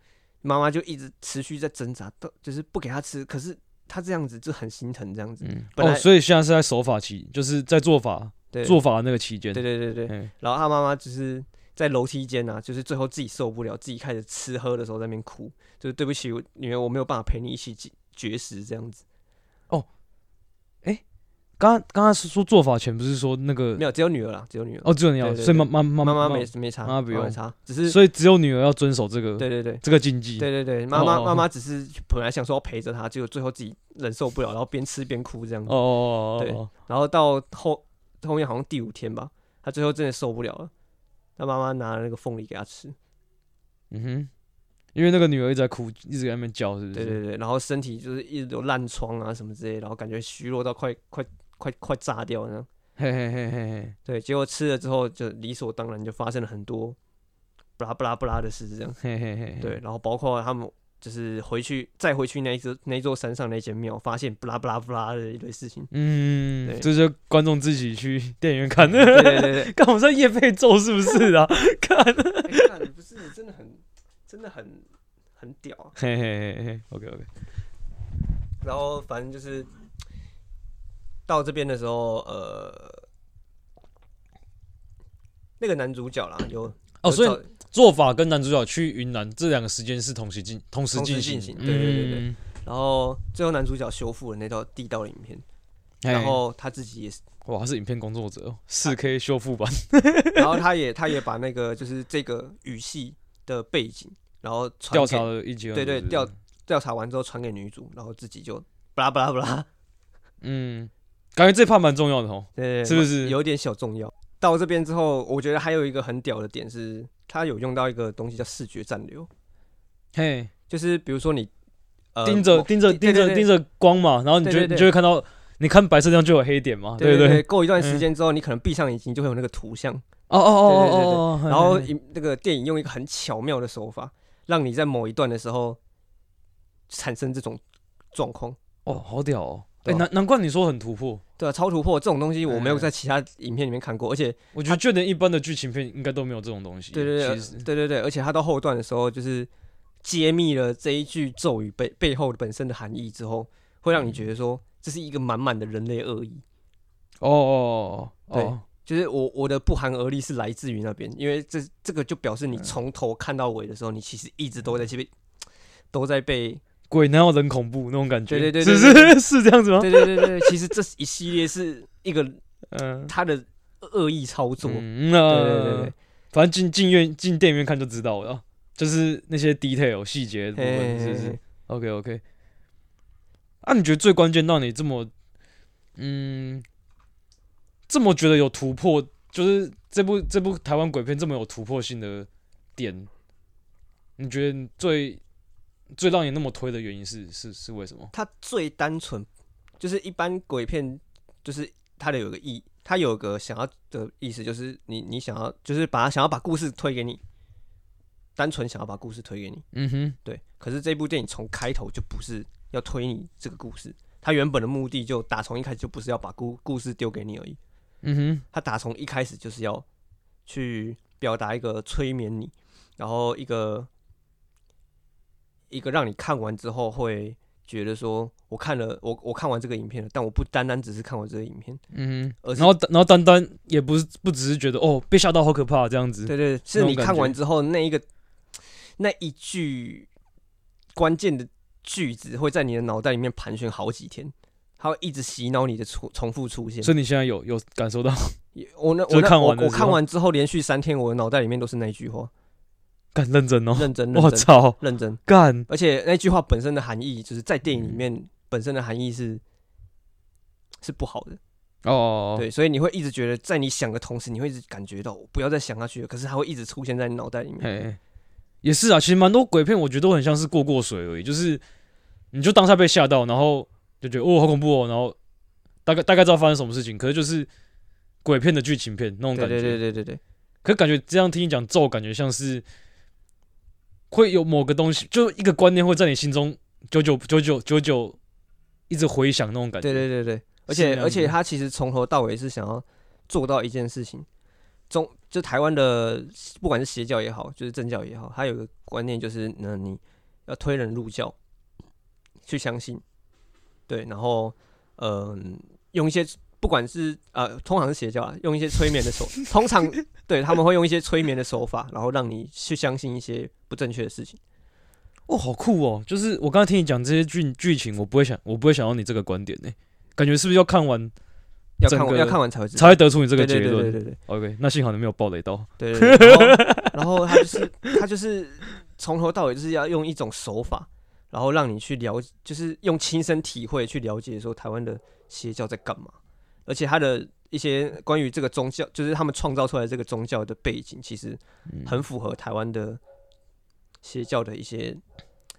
Speaker 2: 妈妈就一直持续在挣扎，到就是不给她吃，可是她这样子就很心疼这样子。
Speaker 1: 嗯，
Speaker 2: 本来
Speaker 1: 哦，所以现在是在守法期，就是在做法
Speaker 2: 对
Speaker 1: 做法的那个期间，
Speaker 2: 对对对对，
Speaker 1: 嗯
Speaker 2: 然后她妈妈就是在楼梯间啊，就是最后自己受不了，自己开始吃喝的时候在那边哭，就是对不起，我女儿，我没有办法陪你一起绝绝食这样子。
Speaker 1: 刚刚刚是说做法前不是说那个
Speaker 2: 没有，只有女儿啦，只有女儿。
Speaker 1: 哦，只有你
Speaker 2: 对
Speaker 1: 要，
Speaker 2: 对
Speaker 1: 所以妈
Speaker 2: 对
Speaker 1: 妈妈哦
Speaker 2: 妈妈没没查，
Speaker 1: 妈妈不用
Speaker 2: 没查，只是
Speaker 1: 所以只有女儿要遵守这个
Speaker 2: 对对对。
Speaker 1: 这个禁忌，
Speaker 2: 对对对，妈妈
Speaker 1: 哦
Speaker 2: 妈妈只是本来想说要陪着她，结果最后自己忍受不了，然后边吃边哭这样子。
Speaker 1: 哦哦哦
Speaker 2: 对
Speaker 1: 哦
Speaker 2: 然后到后后面好像第五天吧，她最后真的受不了了，她妈妈拿那个凤梨给她吃。
Speaker 1: 嗯哼，因为那个女儿一直在哭，一直在那边叫，是不是？
Speaker 2: 对对对，然后身体就是一直有烂疮啊什么之类，然后感觉虚弱到快快快快炸掉那样。
Speaker 1: 嘿嘿嘿嘿嘿，
Speaker 2: 对，结果吃了之后就理所当然就发生了很多不拉不拉不拉的事这样。
Speaker 1: 嘿嘿嘿嘿，。
Speaker 2: 对，然后包括他们就是回去再回去那一座那一座山上那间庙，发现不拉不拉不拉的一堆事 情
Speaker 1: 嗯，
Speaker 2: 对嗯
Speaker 1: 这就观众自己去电影院看。
Speaker 2: 对对 对对
Speaker 1: 看我们在夜配咒是不是啊？ 看，
Speaker 2: 哎干，不是真的很真的很很屌、啊。
Speaker 1: 嘿嘿嘿嘿，OK OK，
Speaker 2: 然后反正就是到这边的时候，呃，那个男主角啦，有
Speaker 1: 哦，
Speaker 2: 有
Speaker 1: 所
Speaker 2: 找
Speaker 1: 以做法跟男主角去云南这两个时间是同时进同时
Speaker 2: 同时
Speaker 1: 进
Speaker 2: 进
Speaker 1: 行
Speaker 2: 行
Speaker 1: 的，
Speaker 2: 对对对对
Speaker 1: 嗯，
Speaker 2: 然后最后男主角修复了那道地道的影片，然
Speaker 1: 嘿
Speaker 2: 后他自己也是，
Speaker 1: 哇，他是影片工作者哦，四 K 修复版，
Speaker 2: 然后他也他也把那个就是这个语系的背景，然后传
Speaker 1: 调
Speaker 2: 给
Speaker 1: 查了一集，
Speaker 2: 对对
Speaker 1: 是不是
Speaker 2: 调，调查完之后传给女主，然后自己就巴拉巴拉巴拉，
Speaker 1: 嗯，感觉这怕蛮重要的哦，
Speaker 2: 对，
Speaker 1: 是不是
Speaker 2: 有点小重要？到这边之后，我觉得还有一个很屌的点是，它有用到一个东西叫视觉暂留，
Speaker 1: 嘿，
Speaker 2: 就是比如说你、呃、
Speaker 1: 盯着
Speaker 2: 某
Speaker 1: 盯着盯
Speaker 2: 对
Speaker 1: 着
Speaker 2: 对
Speaker 1: 盯着光嘛，然后你
Speaker 2: 对
Speaker 1: 就
Speaker 2: 对
Speaker 1: 你
Speaker 2: 对
Speaker 1: 就会看到，你看白色地方就有黑点嘛，
Speaker 2: 对
Speaker 1: 不
Speaker 2: 对，
Speaker 1: 对？
Speaker 2: 过一段时间之后，你可能闭上眼睛就会有那个图像，
Speaker 1: 哦哦哦
Speaker 2: 对对对
Speaker 1: 哦哦，嘿
Speaker 2: 然后
Speaker 1: 嘿嘿
Speaker 2: 影那个电影用一个很巧妙的手法，让你在某一段的时候产生这种状况。
Speaker 1: 哦，好屌哦，哎，
Speaker 2: 对啊
Speaker 1: 难难怪你说很突破，
Speaker 2: 对啊，超突破这种东西我没有
Speaker 1: 嗯
Speaker 2: 在其他影片里面看过，而且
Speaker 1: 我觉得就连一般的剧情片应该都没有这种东西。
Speaker 2: 对对对
Speaker 1: 其实
Speaker 2: 对对对，而且他到后段的时候，就是揭秘了这一句咒语背背后本身的含义之后，会
Speaker 1: 嗯
Speaker 2: 让你觉得说这是一个满满的人类恶意。
Speaker 1: 哦哦哦，哦，
Speaker 2: 就是我我的不寒而栗是来自于那边，因为这这个就表示
Speaker 1: 嗯
Speaker 2: 你从头看到尾的时候，你其实一直都在被都在被
Speaker 1: 鬼哪有人恐怖那种感觉？
Speaker 2: 对对对
Speaker 1: 是
Speaker 2: 对
Speaker 1: 是是这样子吗？
Speaker 2: 对对对对，对其实这一系列是一个
Speaker 1: 嗯，
Speaker 2: 他的恶意操作，
Speaker 1: 嗯
Speaker 2: 对对对对
Speaker 1: 那反正进进院进电影院看就知道了，就是那些 detail 细节的部
Speaker 2: 嘿
Speaker 1: 分，是
Speaker 2: 嘿嘿
Speaker 1: 不是
Speaker 2: 嘿
Speaker 1: ？OK OK。啊，你觉得最关键让你这么嗯这么觉得有突破，就是这部这部台湾鬼片这么有突破性的点，你觉得最最让你那么推的原因是是是为什么？
Speaker 2: 它最单纯，就是一般鬼片，就是它的有个意，它有个想要的意思，就是你你想要，就是把想要把故事推给你，单纯想要把故事推给你，
Speaker 1: 嗯哼，
Speaker 2: 对。可是这部电影从开头就不是要推你这个故事，它原本的目的就打从一开始就不是要把故故事丢给你而已，
Speaker 1: 嗯哼。
Speaker 2: 它打从一开始就是要去表达一个催眠你，然后一个一个让你看完之后会觉得说，我看了我我看完这个影片了，但我不单单只是看完这个影片，
Speaker 1: 嗯哼，
Speaker 2: 而是
Speaker 1: 然后然后丹丹也不是不只是觉得哦被吓到好可怕这样子，
Speaker 2: 对对，
Speaker 1: 那
Speaker 2: 是
Speaker 1: 种
Speaker 2: 你
Speaker 1: 感
Speaker 2: 看完
Speaker 1: 觉
Speaker 2: 之后那一个那一句关键的句子会在你的脑袋里面盘旋好几天。它会一直洗脑你的重重复出现，
Speaker 1: 所以你现在有有感受到
Speaker 2: 也我那
Speaker 1: 就
Speaker 2: 我那
Speaker 1: 看
Speaker 2: 我
Speaker 1: 完的
Speaker 2: 我
Speaker 1: 时
Speaker 2: 看
Speaker 1: 候
Speaker 2: 完之后，连续三天我的脑袋里面都是那一句话，
Speaker 1: 干认真哦，
Speaker 2: 认真认
Speaker 1: 我
Speaker 2: 真
Speaker 1: 操
Speaker 2: 认真，
Speaker 1: 干
Speaker 2: 而且那句话本身的含义，就是在
Speaker 1: 嗯
Speaker 2: 电影里面本身的含义是是不好的，
Speaker 1: 哦哦，哦
Speaker 2: 对，所以你会一直觉得，在你想的同时，你会一直感觉到不要再想下去了，可是它会一直出现在你脑袋里面，
Speaker 1: 嘿，也是啊，其实蛮多鬼片，我觉得都很像是过过水而已，就是你就当下被吓到，然后就觉得哦好恐怖哦，然后大概大概知道发生什么事情，可是就是鬼片的剧情片那种
Speaker 2: 对
Speaker 1: 感觉。
Speaker 2: 对对对对对，
Speaker 1: 可是感觉这样听你讲咒，感觉像是会有某个东西，就一个观念会在你心中久久久久久久一直回响那种感觉。
Speaker 2: 对对对对，而
Speaker 1: 是那啊
Speaker 2: 且
Speaker 1: 样
Speaker 2: 而且
Speaker 1: 子
Speaker 2: 他其实从头到尾是想要做到一件事情，中就台湾的不管是邪教也好，就是正教也好，他有一个观念就是，那你要推人入教，去相信，对，然后嗯、用一些不管是呃，通常是邪教啊，用一些催眠的手，通常对他们会用一些催眠的手法，然后让你去相信一些不正确的事情。
Speaker 1: 哦，好酷哦！就是我刚刚听你讲这些剧剧情，我不会想，我不会想到你这个观点呢、感觉是不是要看完
Speaker 2: 要看
Speaker 1: 整
Speaker 2: 完
Speaker 1: 个
Speaker 2: 要看完才会知道
Speaker 1: 才会得出你这个
Speaker 2: 对
Speaker 1: 结
Speaker 2: 对对对
Speaker 1: 论
Speaker 2: 对对。
Speaker 1: ？OK，那幸好你没有暴雷到。
Speaker 2: 对，对对然后然后他就是他就是从头到尾就是要用一种手法，然后让你去了解，就是用亲身体会去了解说台湾的邪教在干嘛，而且他的一些关于这个宗教，就是他们创造出来这个宗教的背景，其实
Speaker 1: 嗯，
Speaker 2: 很符合台湾的邪教的一些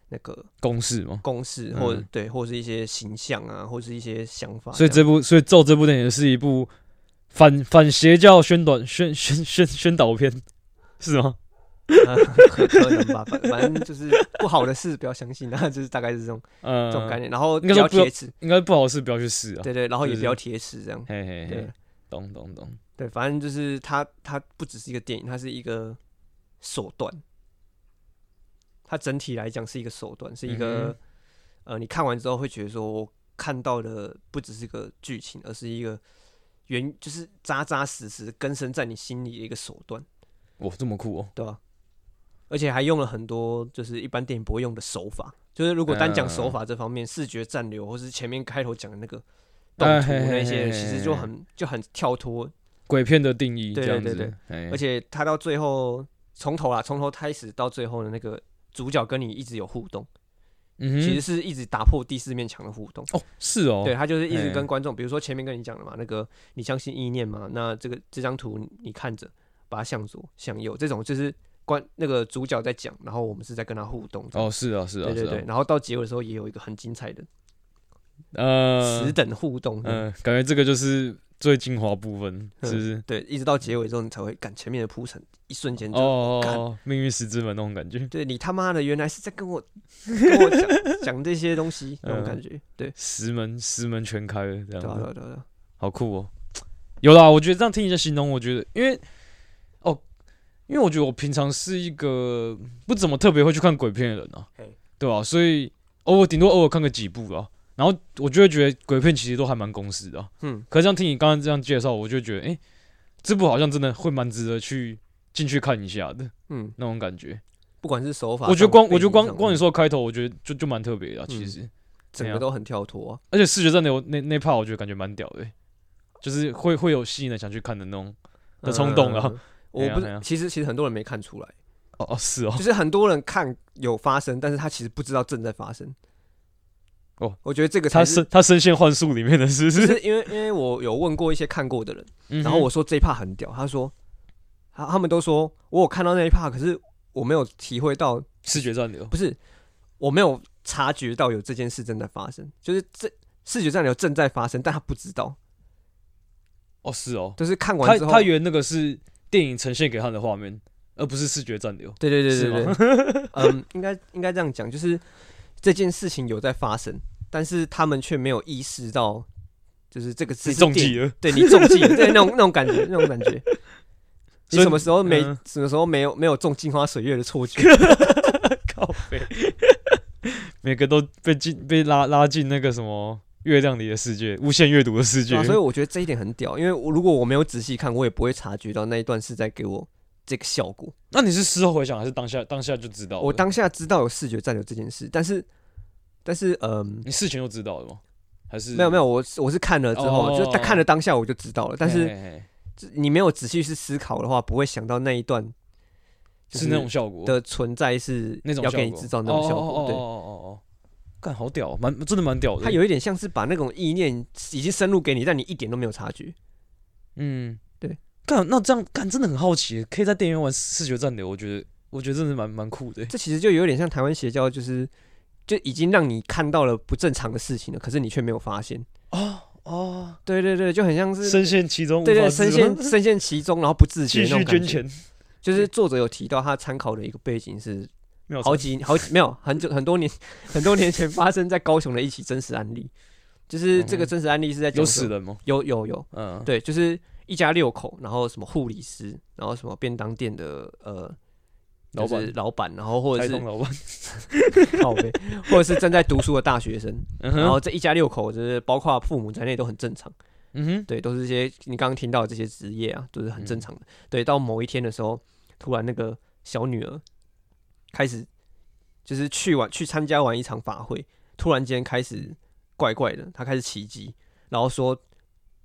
Speaker 2: 那个
Speaker 1: 公式吗？
Speaker 2: 公式，或
Speaker 1: 嗯
Speaker 2: 对，或是一些形象啊，或是一些想法样。
Speaker 1: 所以这部，所以咒这部电影是一部反反邪教宣短宣宣宣宣导片，是吗？
Speaker 2: 啊可 可能吧，反反正就是不好的事不要相信啊，就是大概是这种
Speaker 1: 呃，
Speaker 2: 这种概念，然后
Speaker 1: 应
Speaker 2: 不
Speaker 1: 该说
Speaker 2: 要
Speaker 1: 不要
Speaker 2: 贴纸，
Speaker 1: 应该不好事不要去试啊。
Speaker 2: 对对，然后
Speaker 1: 是
Speaker 2: 也
Speaker 1: 是
Speaker 2: 不要贴纸这样，
Speaker 1: 嘿嘿
Speaker 2: 对
Speaker 1: 嘿，懂懂懂。
Speaker 2: 对，反正就是它它不只是一个电影，它是一个手段，它整体来讲是一个手段，是一个、
Speaker 1: 嗯
Speaker 2: 呃，你看完之后会觉得说，我看到的不只是个剧情，而是一个原就是扎扎实实根深在你心里的一个手段，
Speaker 1: 哇，这么酷哦！
Speaker 2: 对吧、啊而且还用了很多就是一般电影不会用的手法，就是如果单讲手
Speaker 1: 嗯
Speaker 2: 法这方面，视觉暂留或是前面开头讲的那个动
Speaker 1: 哎
Speaker 2: 图
Speaker 1: 嘿嘿
Speaker 2: 那些，
Speaker 1: 嘿
Speaker 2: 其实
Speaker 1: 嘿
Speaker 2: 就
Speaker 1: 嘿
Speaker 2: 很就很跳脱，
Speaker 1: 鬼片的定义
Speaker 2: 对
Speaker 1: 这样
Speaker 2: 对
Speaker 1: 子，
Speaker 2: 对
Speaker 1: 嘿
Speaker 2: 而且他到最后从头啊，从头开始到最后的那个主角跟你一直有互动，
Speaker 1: 嗯
Speaker 2: 其
Speaker 1: 哼
Speaker 2: 实，是一直打破第四面墙的互动。
Speaker 1: 哦，是哦，
Speaker 2: 对他就是一直
Speaker 1: 嘿
Speaker 2: 跟观众，比如说前面跟你讲的嘛，那个你相信意念嘛，那这个这张图你看着，把它向左向右，这种就是观那个主角在讲，然后我们是在跟他互动。
Speaker 1: 哦，是啊，是啊，
Speaker 2: 对对
Speaker 1: 是
Speaker 2: 对
Speaker 1: 啊，，
Speaker 2: 然后到结尾的时候也有一个很精彩的
Speaker 1: 呃
Speaker 2: 此，等互动，
Speaker 1: 嗯，感觉这个就是最精华部分，
Speaker 2: 嗯
Speaker 1: 是不是？
Speaker 2: 对，一直到结尾之后你才会赶前面的铺陈，一瞬间
Speaker 1: 哦
Speaker 2: 就
Speaker 1: 哦，
Speaker 2: 干
Speaker 1: 哦命运石之门那种感觉，
Speaker 2: 对你他妈的原来是在跟我 跟我讲讲这些东西那种
Speaker 1: 嗯
Speaker 2: 感觉，对
Speaker 1: 石门石门全开了，这
Speaker 2: 对啊
Speaker 1: 样子，
Speaker 2: 对啊对啊对啊，
Speaker 1: 好酷哦。有啦，我觉得这样听你的形容，我觉得，因为哦，因为我觉得我平常是一个不怎么特别会去看鬼片的人啊
Speaker 2: 嘿，
Speaker 1: 对吧、所以偶尔顶多偶尔看个几部啦，然后我就会觉得鬼片其实都还蛮公式的啊、
Speaker 2: 嗯，
Speaker 1: 可是这样听你刚刚这样介绍，我就觉得，诶，这部好像真的会蛮值得去进去看一下的
Speaker 2: 嗯，
Speaker 1: 那种感觉。
Speaker 2: 不管是手法上，
Speaker 1: 我觉得光
Speaker 2: 背
Speaker 1: 我觉得
Speaker 2: 景
Speaker 1: 光
Speaker 2: 上
Speaker 1: 光你说的开头，我觉得就就蛮特别的啊、其
Speaker 2: 嗯
Speaker 1: 实。
Speaker 2: 整
Speaker 1: 怎
Speaker 2: 个
Speaker 1: 样
Speaker 2: 都很跳脱啊，
Speaker 1: 而且视觉战流那那 part 我觉得感觉蛮屌的欸、就是会会有吸引人想去看的那种。的冲动啊
Speaker 2: 嗯。我
Speaker 1: 哎呀
Speaker 2: 不
Speaker 1: 哎
Speaker 2: 是
Speaker 1: 呀，
Speaker 2: 其实其实很多人没看出来，
Speaker 1: 哦哦是哦
Speaker 2: 就，是很多人看有发生，但是他其实不知道正在发生。
Speaker 1: 哦，
Speaker 2: 我觉得这个才
Speaker 1: 他
Speaker 2: 是
Speaker 1: 深，他深陷幻术里面的是不？
Speaker 2: 就是是因为因为我有问过一些看过的人，
Speaker 1: 嗯哼
Speaker 2: 然后我说这一 part 很屌，他说他他们都说我有看到那一 part，可是我没有体会到，
Speaker 1: 视觉哦战流，
Speaker 2: 不是我没有察觉到有这件事正在发生，就是这视觉上流正在发生，但他不知道，
Speaker 1: 哦是哦，
Speaker 2: 就是看完
Speaker 1: 他
Speaker 2: 之后，
Speaker 1: 他原那个是电影呈现给他的画面，而不是视觉战流。
Speaker 2: 对对对
Speaker 1: 是
Speaker 2: 对
Speaker 1: 吗
Speaker 2: 对，嗯，应该应该这样讲，就是这件事情有在发生，但是他们却没有意识到，就是这个是
Speaker 1: 你 中
Speaker 2: 电
Speaker 1: 计了，
Speaker 2: 对你中计了，对那种那种感觉，那种感 觉。你
Speaker 1: 所以
Speaker 2: 什么时候没、
Speaker 1: 嗯
Speaker 2: 什么时候没有没有中镜花水月的错觉？
Speaker 1: 靠背，每个都被进被拉拉进那个什么月亮里的世界，无限阅读的世界。
Speaker 2: 对啊所以我觉得这一点很屌，因为我如果我没有仔细看，我也不会察觉到那一段是在给我这个效果。
Speaker 1: 那你是事后回想，还是当下当下就知道了？
Speaker 2: 我当下知道有视觉占有这件事，但是但是嗯，
Speaker 1: 你事前就知道了吗？还是
Speaker 2: 没有没有，我是我是看了之后，
Speaker 1: 哦
Speaker 2: 就但看了当下我就知道了，但
Speaker 1: 嘿
Speaker 2: 是
Speaker 1: 嘿嘿
Speaker 2: 这你没有仔细去思考的话，不会想到那一段就是
Speaker 1: 那种效果
Speaker 2: 的存在是
Speaker 1: 那种
Speaker 2: 要
Speaker 1: 效
Speaker 2: 给你
Speaker 1: 果
Speaker 2: 制造那种
Speaker 1: 哦
Speaker 2: 效
Speaker 1: 哦哦
Speaker 2: 果，
Speaker 1: 哦
Speaker 2: 对。
Speaker 1: 哦哦哦，干好屌哦，蛮真的蛮屌的。
Speaker 2: 它有一点像是把那种意念已经深入给你，但你一点都没有察觉。
Speaker 1: 嗯，
Speaker 2: 对，
Speaker 1: 干那这样干真的很好奇，可以在电影院玩视觉战流，我觉得我觉得真的蛮蛮酷的欸。
Speaker 2: 这其实就有点像台湾邪教，就是就已经让你看到了不正常的事情了，可是你却没有发现。
Speaker 1: 哦哦，
Speaker 2: 对对对，就很像是
Speaker 1: 深陷其中，
Speaker 2: 对
Speaker 1: 无法
Speaker 2: 对
Speaker 1: 自拔
Speaker 2: 深陷深陷其中，然后不自觉
Speaker 1: 继
Speaker 2: 那种
Speaker 1: 续
Speaker 2: 感
Speaker 1: 捐
Speaker 2: 觉。
Speaker 1: 钱，
Speaker 2: 就是作者有提到他参考的一个背景是
Speaker 1: 没有
Speaker 2: 好
Speaker 1: 错
Speaker 2: 几好几没有很久很多年很多年前发生在高雄的一起真实案例，就是这个
Speaker 1: 嗯
Speaker 2: 真实案例是在讲
Speaker 1: 有
Speaker 2: 说
Speaker 1: 死人吗？
Speaker 2: 有有有
Speaker 1: 嗯，
Speaker 2: 对，就是一家六口，然后什么护理师，然后什么便当店的呃
Speaker 1: 老
Speaker 2: 就是
Speaker 1: 板，
Speaker 2: 老板，然后或者
Speaker 1: 台
Speaker 2: 是
Speaker 1: 东老板，
Speaker 2: 靠背，或者是正在读书的大学生，
Speaker 1: 嗯哼
Speaker 2: 然后这一家六口就是包括父母在内都很正常，
Speaker 1: 嗯哼，
Speaker 2: 对，都是一些你刚刚听到的这些职业啊，都是很正
Speaker 1: 嗯
Speaker 2: 常的。对，到某一天的时候，突然那个小女儿开始就是去完去参加完一场法会，突然间开始怪怪的，她开始起鸡，然后说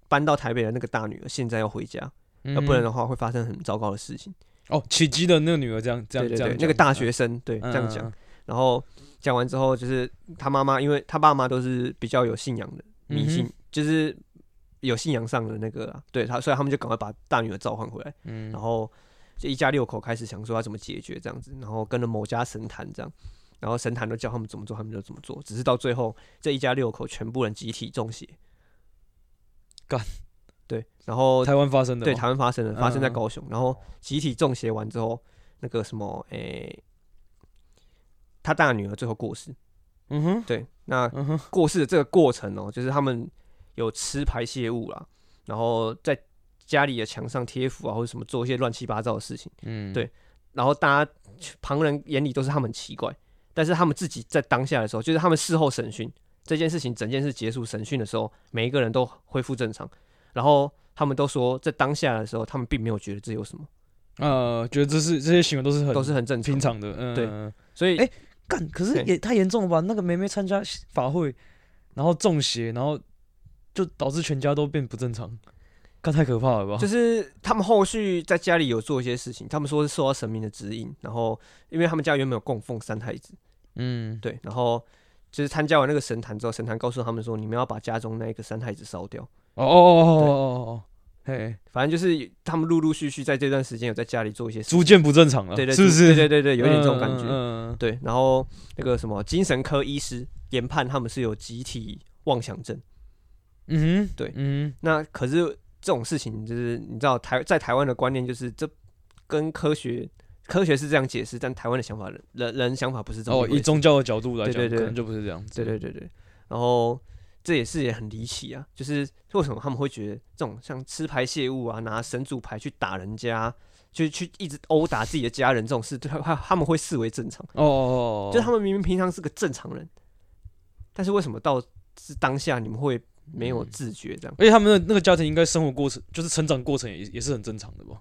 Speaker 2: 搬到台北的那个大女儿现在要回家，要
Speaker 1: 嗯
Speaker 2: 啊不然哦的话会发生很糟糕的事情。
Speaker 1: 哦，起鸡的那个女儿这样这样
Speaker 2: 对对
Speaker 1: 这
Speaker 2: 对
Speaker 1: 样，，嗯
Speaker 2: 那个大学生对这样讲。然后讲完之后，就是他妈妈，因为他爸妈都是比较有信仰的，迷信、
Speaker 1: 嗯
Speaker 2: 就是有信仰上的那个啊，对他，所以他们就赶快把大女儿召唤回来，
Speaker 1: 嗯，
Speaker 2: 然后就一家六口开始想说要怎么解决这样子，然后跟了某家神坛这样，然后神坛都教他们怎么做，他们就怎么做，只是到最后这一家六口全部人集体中邪，
Speaker 1: 干，
Speaker 2: 对，然后
Speaker 1: 台湾发生的
Speaker 2: 对
Speaker 1: 吗
Speaker 2: 台湾发生了，发生在
Speaker 1: 嗯嗯
Speaker 2: 高雄，然后集体中邪完之后，那个什么诶。他大女儿最后过世，
Speaker 1: 嗯哼
Speaker 2: 对，那
Speaker 1: 嗯哼，
Speaker 2: 过世的这个过程哦、就是他们有吃排泄物啦，然后在家里的墙上贴符啊，或者什么做一些乱七八糟的事情，
Speaker 1: 嗯
Speaker 2: 对然后大家旁人眼里都是他们很奇怪，但是他们自己在当下的时候，就是他们事后审讯这件事情，整件事结束审讯的时候，每一个人都恢复正常，然后他们都说在当下的时候，他们并没有觉得这有什么，
Speaker 1: 呃，觉得这是这些行为都是很
Speaker 2: 都是很正常
Speaker 1: 平，常的，嗯，
Speaker 2: 对
Speaker 1: 嗯
Speaker 2: 所以
Speaker 1: 哎干，可是
Speaker 2: 对
Speaker 1: 也太严重了吧？那个梅梅参加法会，然后中邪，然后就导致全家都变不正常，干太可怕了吧？
Speaker 2: 就是他们后续在家里有做一些事情，他们说是受到神明的指引，然后因为他们家原本有供奉三太子，
Speaker 1: 嗯，
Speaker 2: 对，然后就是参加完那个神坛之后，神坛告诉他们说，你们要把家中那一个三太子烧掉。
Speaker 1: 哦哦哦哦哦哦，嘿，
Speaker 2: 反正就是他们陆陆续续在这段时间有在家里做一些事
Speaker 1: 逐渐不正常了，
Speaker 2: 对对，
Speaker 1: 是不是？
Speaker 2: 对对对对，有一点这种感觉。
Speaker 1: 啊嗯，嗯嗯
Speaker 2: 对，然后那个什么精神科医师研判他们是有集体妄想症。
Speaker 1: 嗯哼，
Speaker 2: 对
Speaker 1: 嗯
Speaker 2: 那可是这种事情，就是你知道台在台湾的观念就是这跟科学科学是这样解释，但台湾的想法人人人想法不是这
Speaker 1: 哼，
Speaker 2: 么
Speaker 1: 哦，
Speaker 2: 一回
Speaker 1: 以
Speaker 2: 事
Speaker 1: 宗教的角度来
Speaker 2: 对
Speaker 1: 讲，
Speaker 2: 对对
Speaker 1: 可能就不是这样子，
Speaker 2: 对对对对，然后这也是也很离奇啊，就是为什么他们会觉得这种像吃排泄物啊，拿神主牌去打人家，就去一直殴打自己的家人这种事，对他他们会视为正常，
Speaker 1: 哦，哦哦哦，
Speaker 2: 就是他们明明平常是个正常人，但是为什么到是当下你们会没有
Speaker 1: 嗯
Speaker 2: 自觉这样？
Speaker 1: 而且他们的那个家庭应该生活过程，就是成长过程也也是很正常的吧？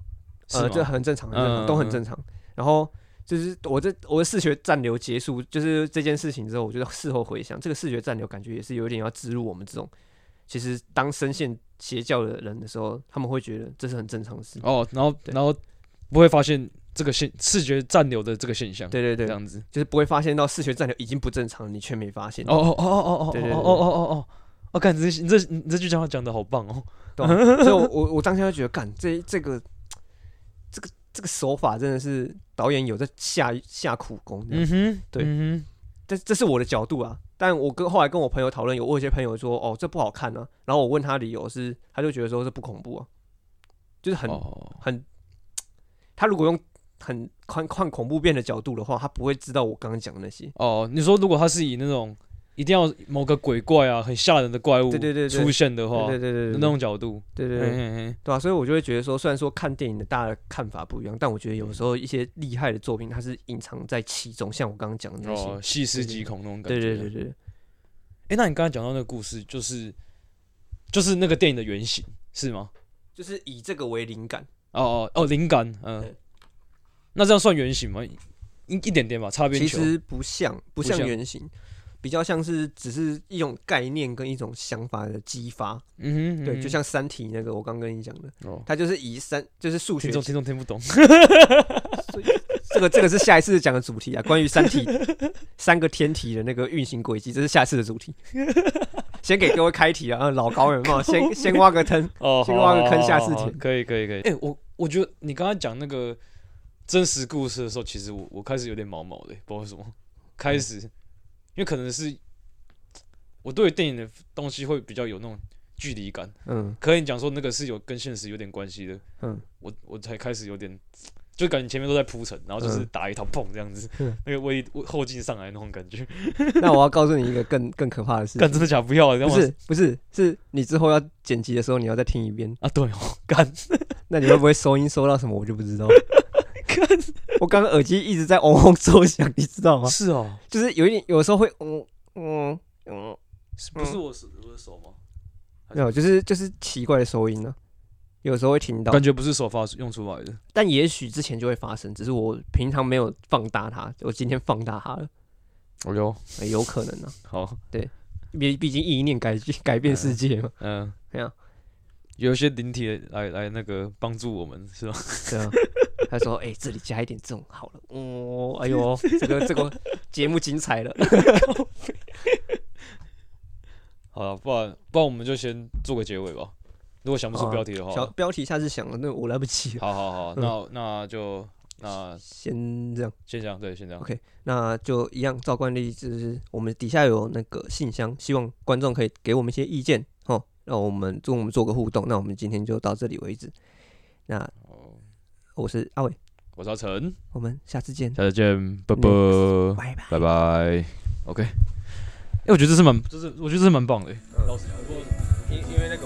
Speaker 1: 是
Speaker 2: 呃，这
Speaker 1: 吗？
Speaker 2: 很正常，很正常，都很
Speaker 1: 嗯
Speaker 2: 正常。然后就是我这我的视觉暂留结束，就是这件事情之后，我觉得事后回想，这个视觉暂留感觉也是有点要植入我们这种，其实当深陷邪教的人的时候，他们会觉得这是很正常的事。
Speaker 1: 哦，然后
Speaker 2: 对
Speaker 1: 然后不会发现这个现视觉暂留的这个现象，
Speaker 2: 对对
Speaker 1: 这
Speaker 2: 对，
Speaker 1: 样子。
Speaker 2: 就是不会发现到视觉暂留已经不正常了，你却没发现。
Speaker 1: 哦哦哦哦哦哦
Speaker 2: 对
Speaker 1: 哦
Speaker 2: 对对
Speaker 1: 哦哦哦哦！我感觉你这你这句讲话讲的好棒哦。
Speaker 2: 对吧所以我，我我当下就觉得，干这这个这个这个手法真的是导演有在下下苦功这样。
Speaker 1: 嗯哼，
Speaker 2: 对
Speaker 1: 嗯
Speaker 2: 这这是我的角度啊。但我跟后来跟我朋友讨论，有我有些朋友说，哦，这不好看啊。然后我问他理由是，他就觉得说这不恐怖啊，就是
Speaker 1: 哼，
Speaker 2: 很、
Speaker 1: 哦，
Speaker 2: 很，他如果用很看看恐怖片的角度的话，他不会知道我刚刚讲的那些。
Speaker 1: 哦，你说如果他是以那种一定要某个鬼怪啊，很吓人的怪物
Speaker 2: 对对对对
Speaker 1: 出现的话，
Speaker 2: 对对对对
Speaker 1: 哦那
Speaker 2: 对
Speaker 1: 种哎角度，
Speaker 2: 对对
Speaker 1: 嘿
Speaker 2: 对
Speaker 1: 嘿嘿，
Speaker 2: 对啊，所以我就会觉得说，虽然说看电影的大家的看法不一样，但我觉得
Speaker 1: 嗯
Speaker 2: 有时候一些厉害的作品，它是隐藏在其中，像我刚刚讲的那些。
Speaker 1: 哦，细思极恐那种感
Speaker 2: 对
Speaker 1: 觉。
Speaker 2: 对对对，
Speaker 1: 哎，那你刚才讲到那个故事，就是就是那个电影的原型是吗？
Speaker 2: 就是以这个为灵感。
Speaker 1: 哦哦哦，灵感，嗯、
Speaker 2: 对
Speaker 1: 那这样算原型吗？一一点点吧，擦边
Speaker 2: 其
Speaker 1: 球。
Speaker 2: 实不像，不像
Speaker 1: 像
Speaker 2: 原型，比较像是只是一种概念跟一种想法的激发。
Speaker 1: 嗯哼，嗯
Speaker 2: 对，
Speaker 1: 哼
Speaker 2: 就像《三体》那个，我刚跟你讲的，
Speaker 1: 哦，
Speaker 2: 它就是以三就是数学
Speaker 1: 听众听众听不懂。
Speaker 2: 这个这个是下一次讲的主题啊，关于《三体》三个天体的那个运行轨迹，这是下次的主题。先给各位开题啊，老高人嘛，先先挖个坑。
Speaker 1: 哦，
Speaker 2: 先
Speaker 1: 好
Speaker 2: 挖个
Speaker 1: 好
Speaker 2: 坑
Speaker 1: 好
Speaker 2: 下
Speaker 1: 好
Speaker 2: 次
Speaker 1: 好
Speaker 2: 填
Speaker 1: 可以可以可以。哎、我我觉得你刚刚讲那个真实故事的时候，其实我我开始有点毛毛的、不知道为什么。开始，因为可能是我对于电影的东西会比较有那种距离感，
Speaker 2: 嗯
Speaker 1: 可以讲说那个是有跟现实有点关系的，
Speaker 2: 嗯，
Speaker 1: 我我才开始有点，就感觉前面都在铺陈，然后就是
Speaker 2: 嗯
Speaker 1: 打一套砰这样子，
Speaker 2: 嗯
Speaker 1: 那个威威后劲上来那种感觉。
Speaker 2: 那我要告诉你一个更更可怕的事
Speaker 1: 干
Speaker 2: 情，
Speaker 1: 真的假不要啊？然
Speaker 2: 不
Speaker 1: 后
Speaker 2: 是不是是你之后要剪辑的时候，你要再听一 遍，
Speaker 1: 啊，对哦，干
Speaker 2: 那你会不会收音收到什么，我就不 知道。我刚刚耳机一直在嗡嗡作响，你知道吗？
Speaker 1: 是哦，
Speaker 2: 就是有一点，有时候会嗯嗡嗡嗡，
Speaker 1: 是不是我手我的手吗？
Speaker 2: 嗯没有，就是就是奇怪的收音呢、啊有时候会听到
Speaker 1: 感，觉不是手发出用出来的。
Speaker 2: 但也许之前就会发生，只是我平常没有放大它，我今天放大它了，
Speaker 1: 我哟，
Speaker 2: 呃有可能啊，
Speaker 1: 好，
Speaker 2: 毕毕竟意念改改变世界嘛，
Speaker 1: 嗯、
Speaker 2: 对啊，
Speaker 1: 有一些灵体来来那个帮助我们是吧？
Speaker 2: 对啊。他说：“哎、这里加一点这种好了，哦，哎呦，这个这个节目精彩了，
Speaker 1: 好了，不然不然我们就先做个结尾吧。如果想不出
Speaker 2: 好啊
Speaker 1: 标题的话，
Speaker 2: 小标题下次想了，那我来不及了，
Speaker 1: 好好好，
Speaker 2: 嗯
Speaker 1: 那那就那
Speaker 2: 先这样。”
Speaker 1: 先这样，对，先这样
Speaker 2: OK。那就一样，照惯例就是我们底下有那个信箱，希望观众可以给我们一些意见哦，让我们跟我们做个互动。那我们今天就到这里为止。那
Speaker 1: 哦，
Speaker 2: 我是阿伟，
Speaker 1: 我是阿成，
Speaker 2: 我们下次见，
Speaker 1: 下次见，拜拜，
Speaker 2: 拜拜。
Speaker 1: 拜拜，OK。哎、我觉得这是蛮，这是我觉得这是蛮棒的、
Speaker 2: 因因为那个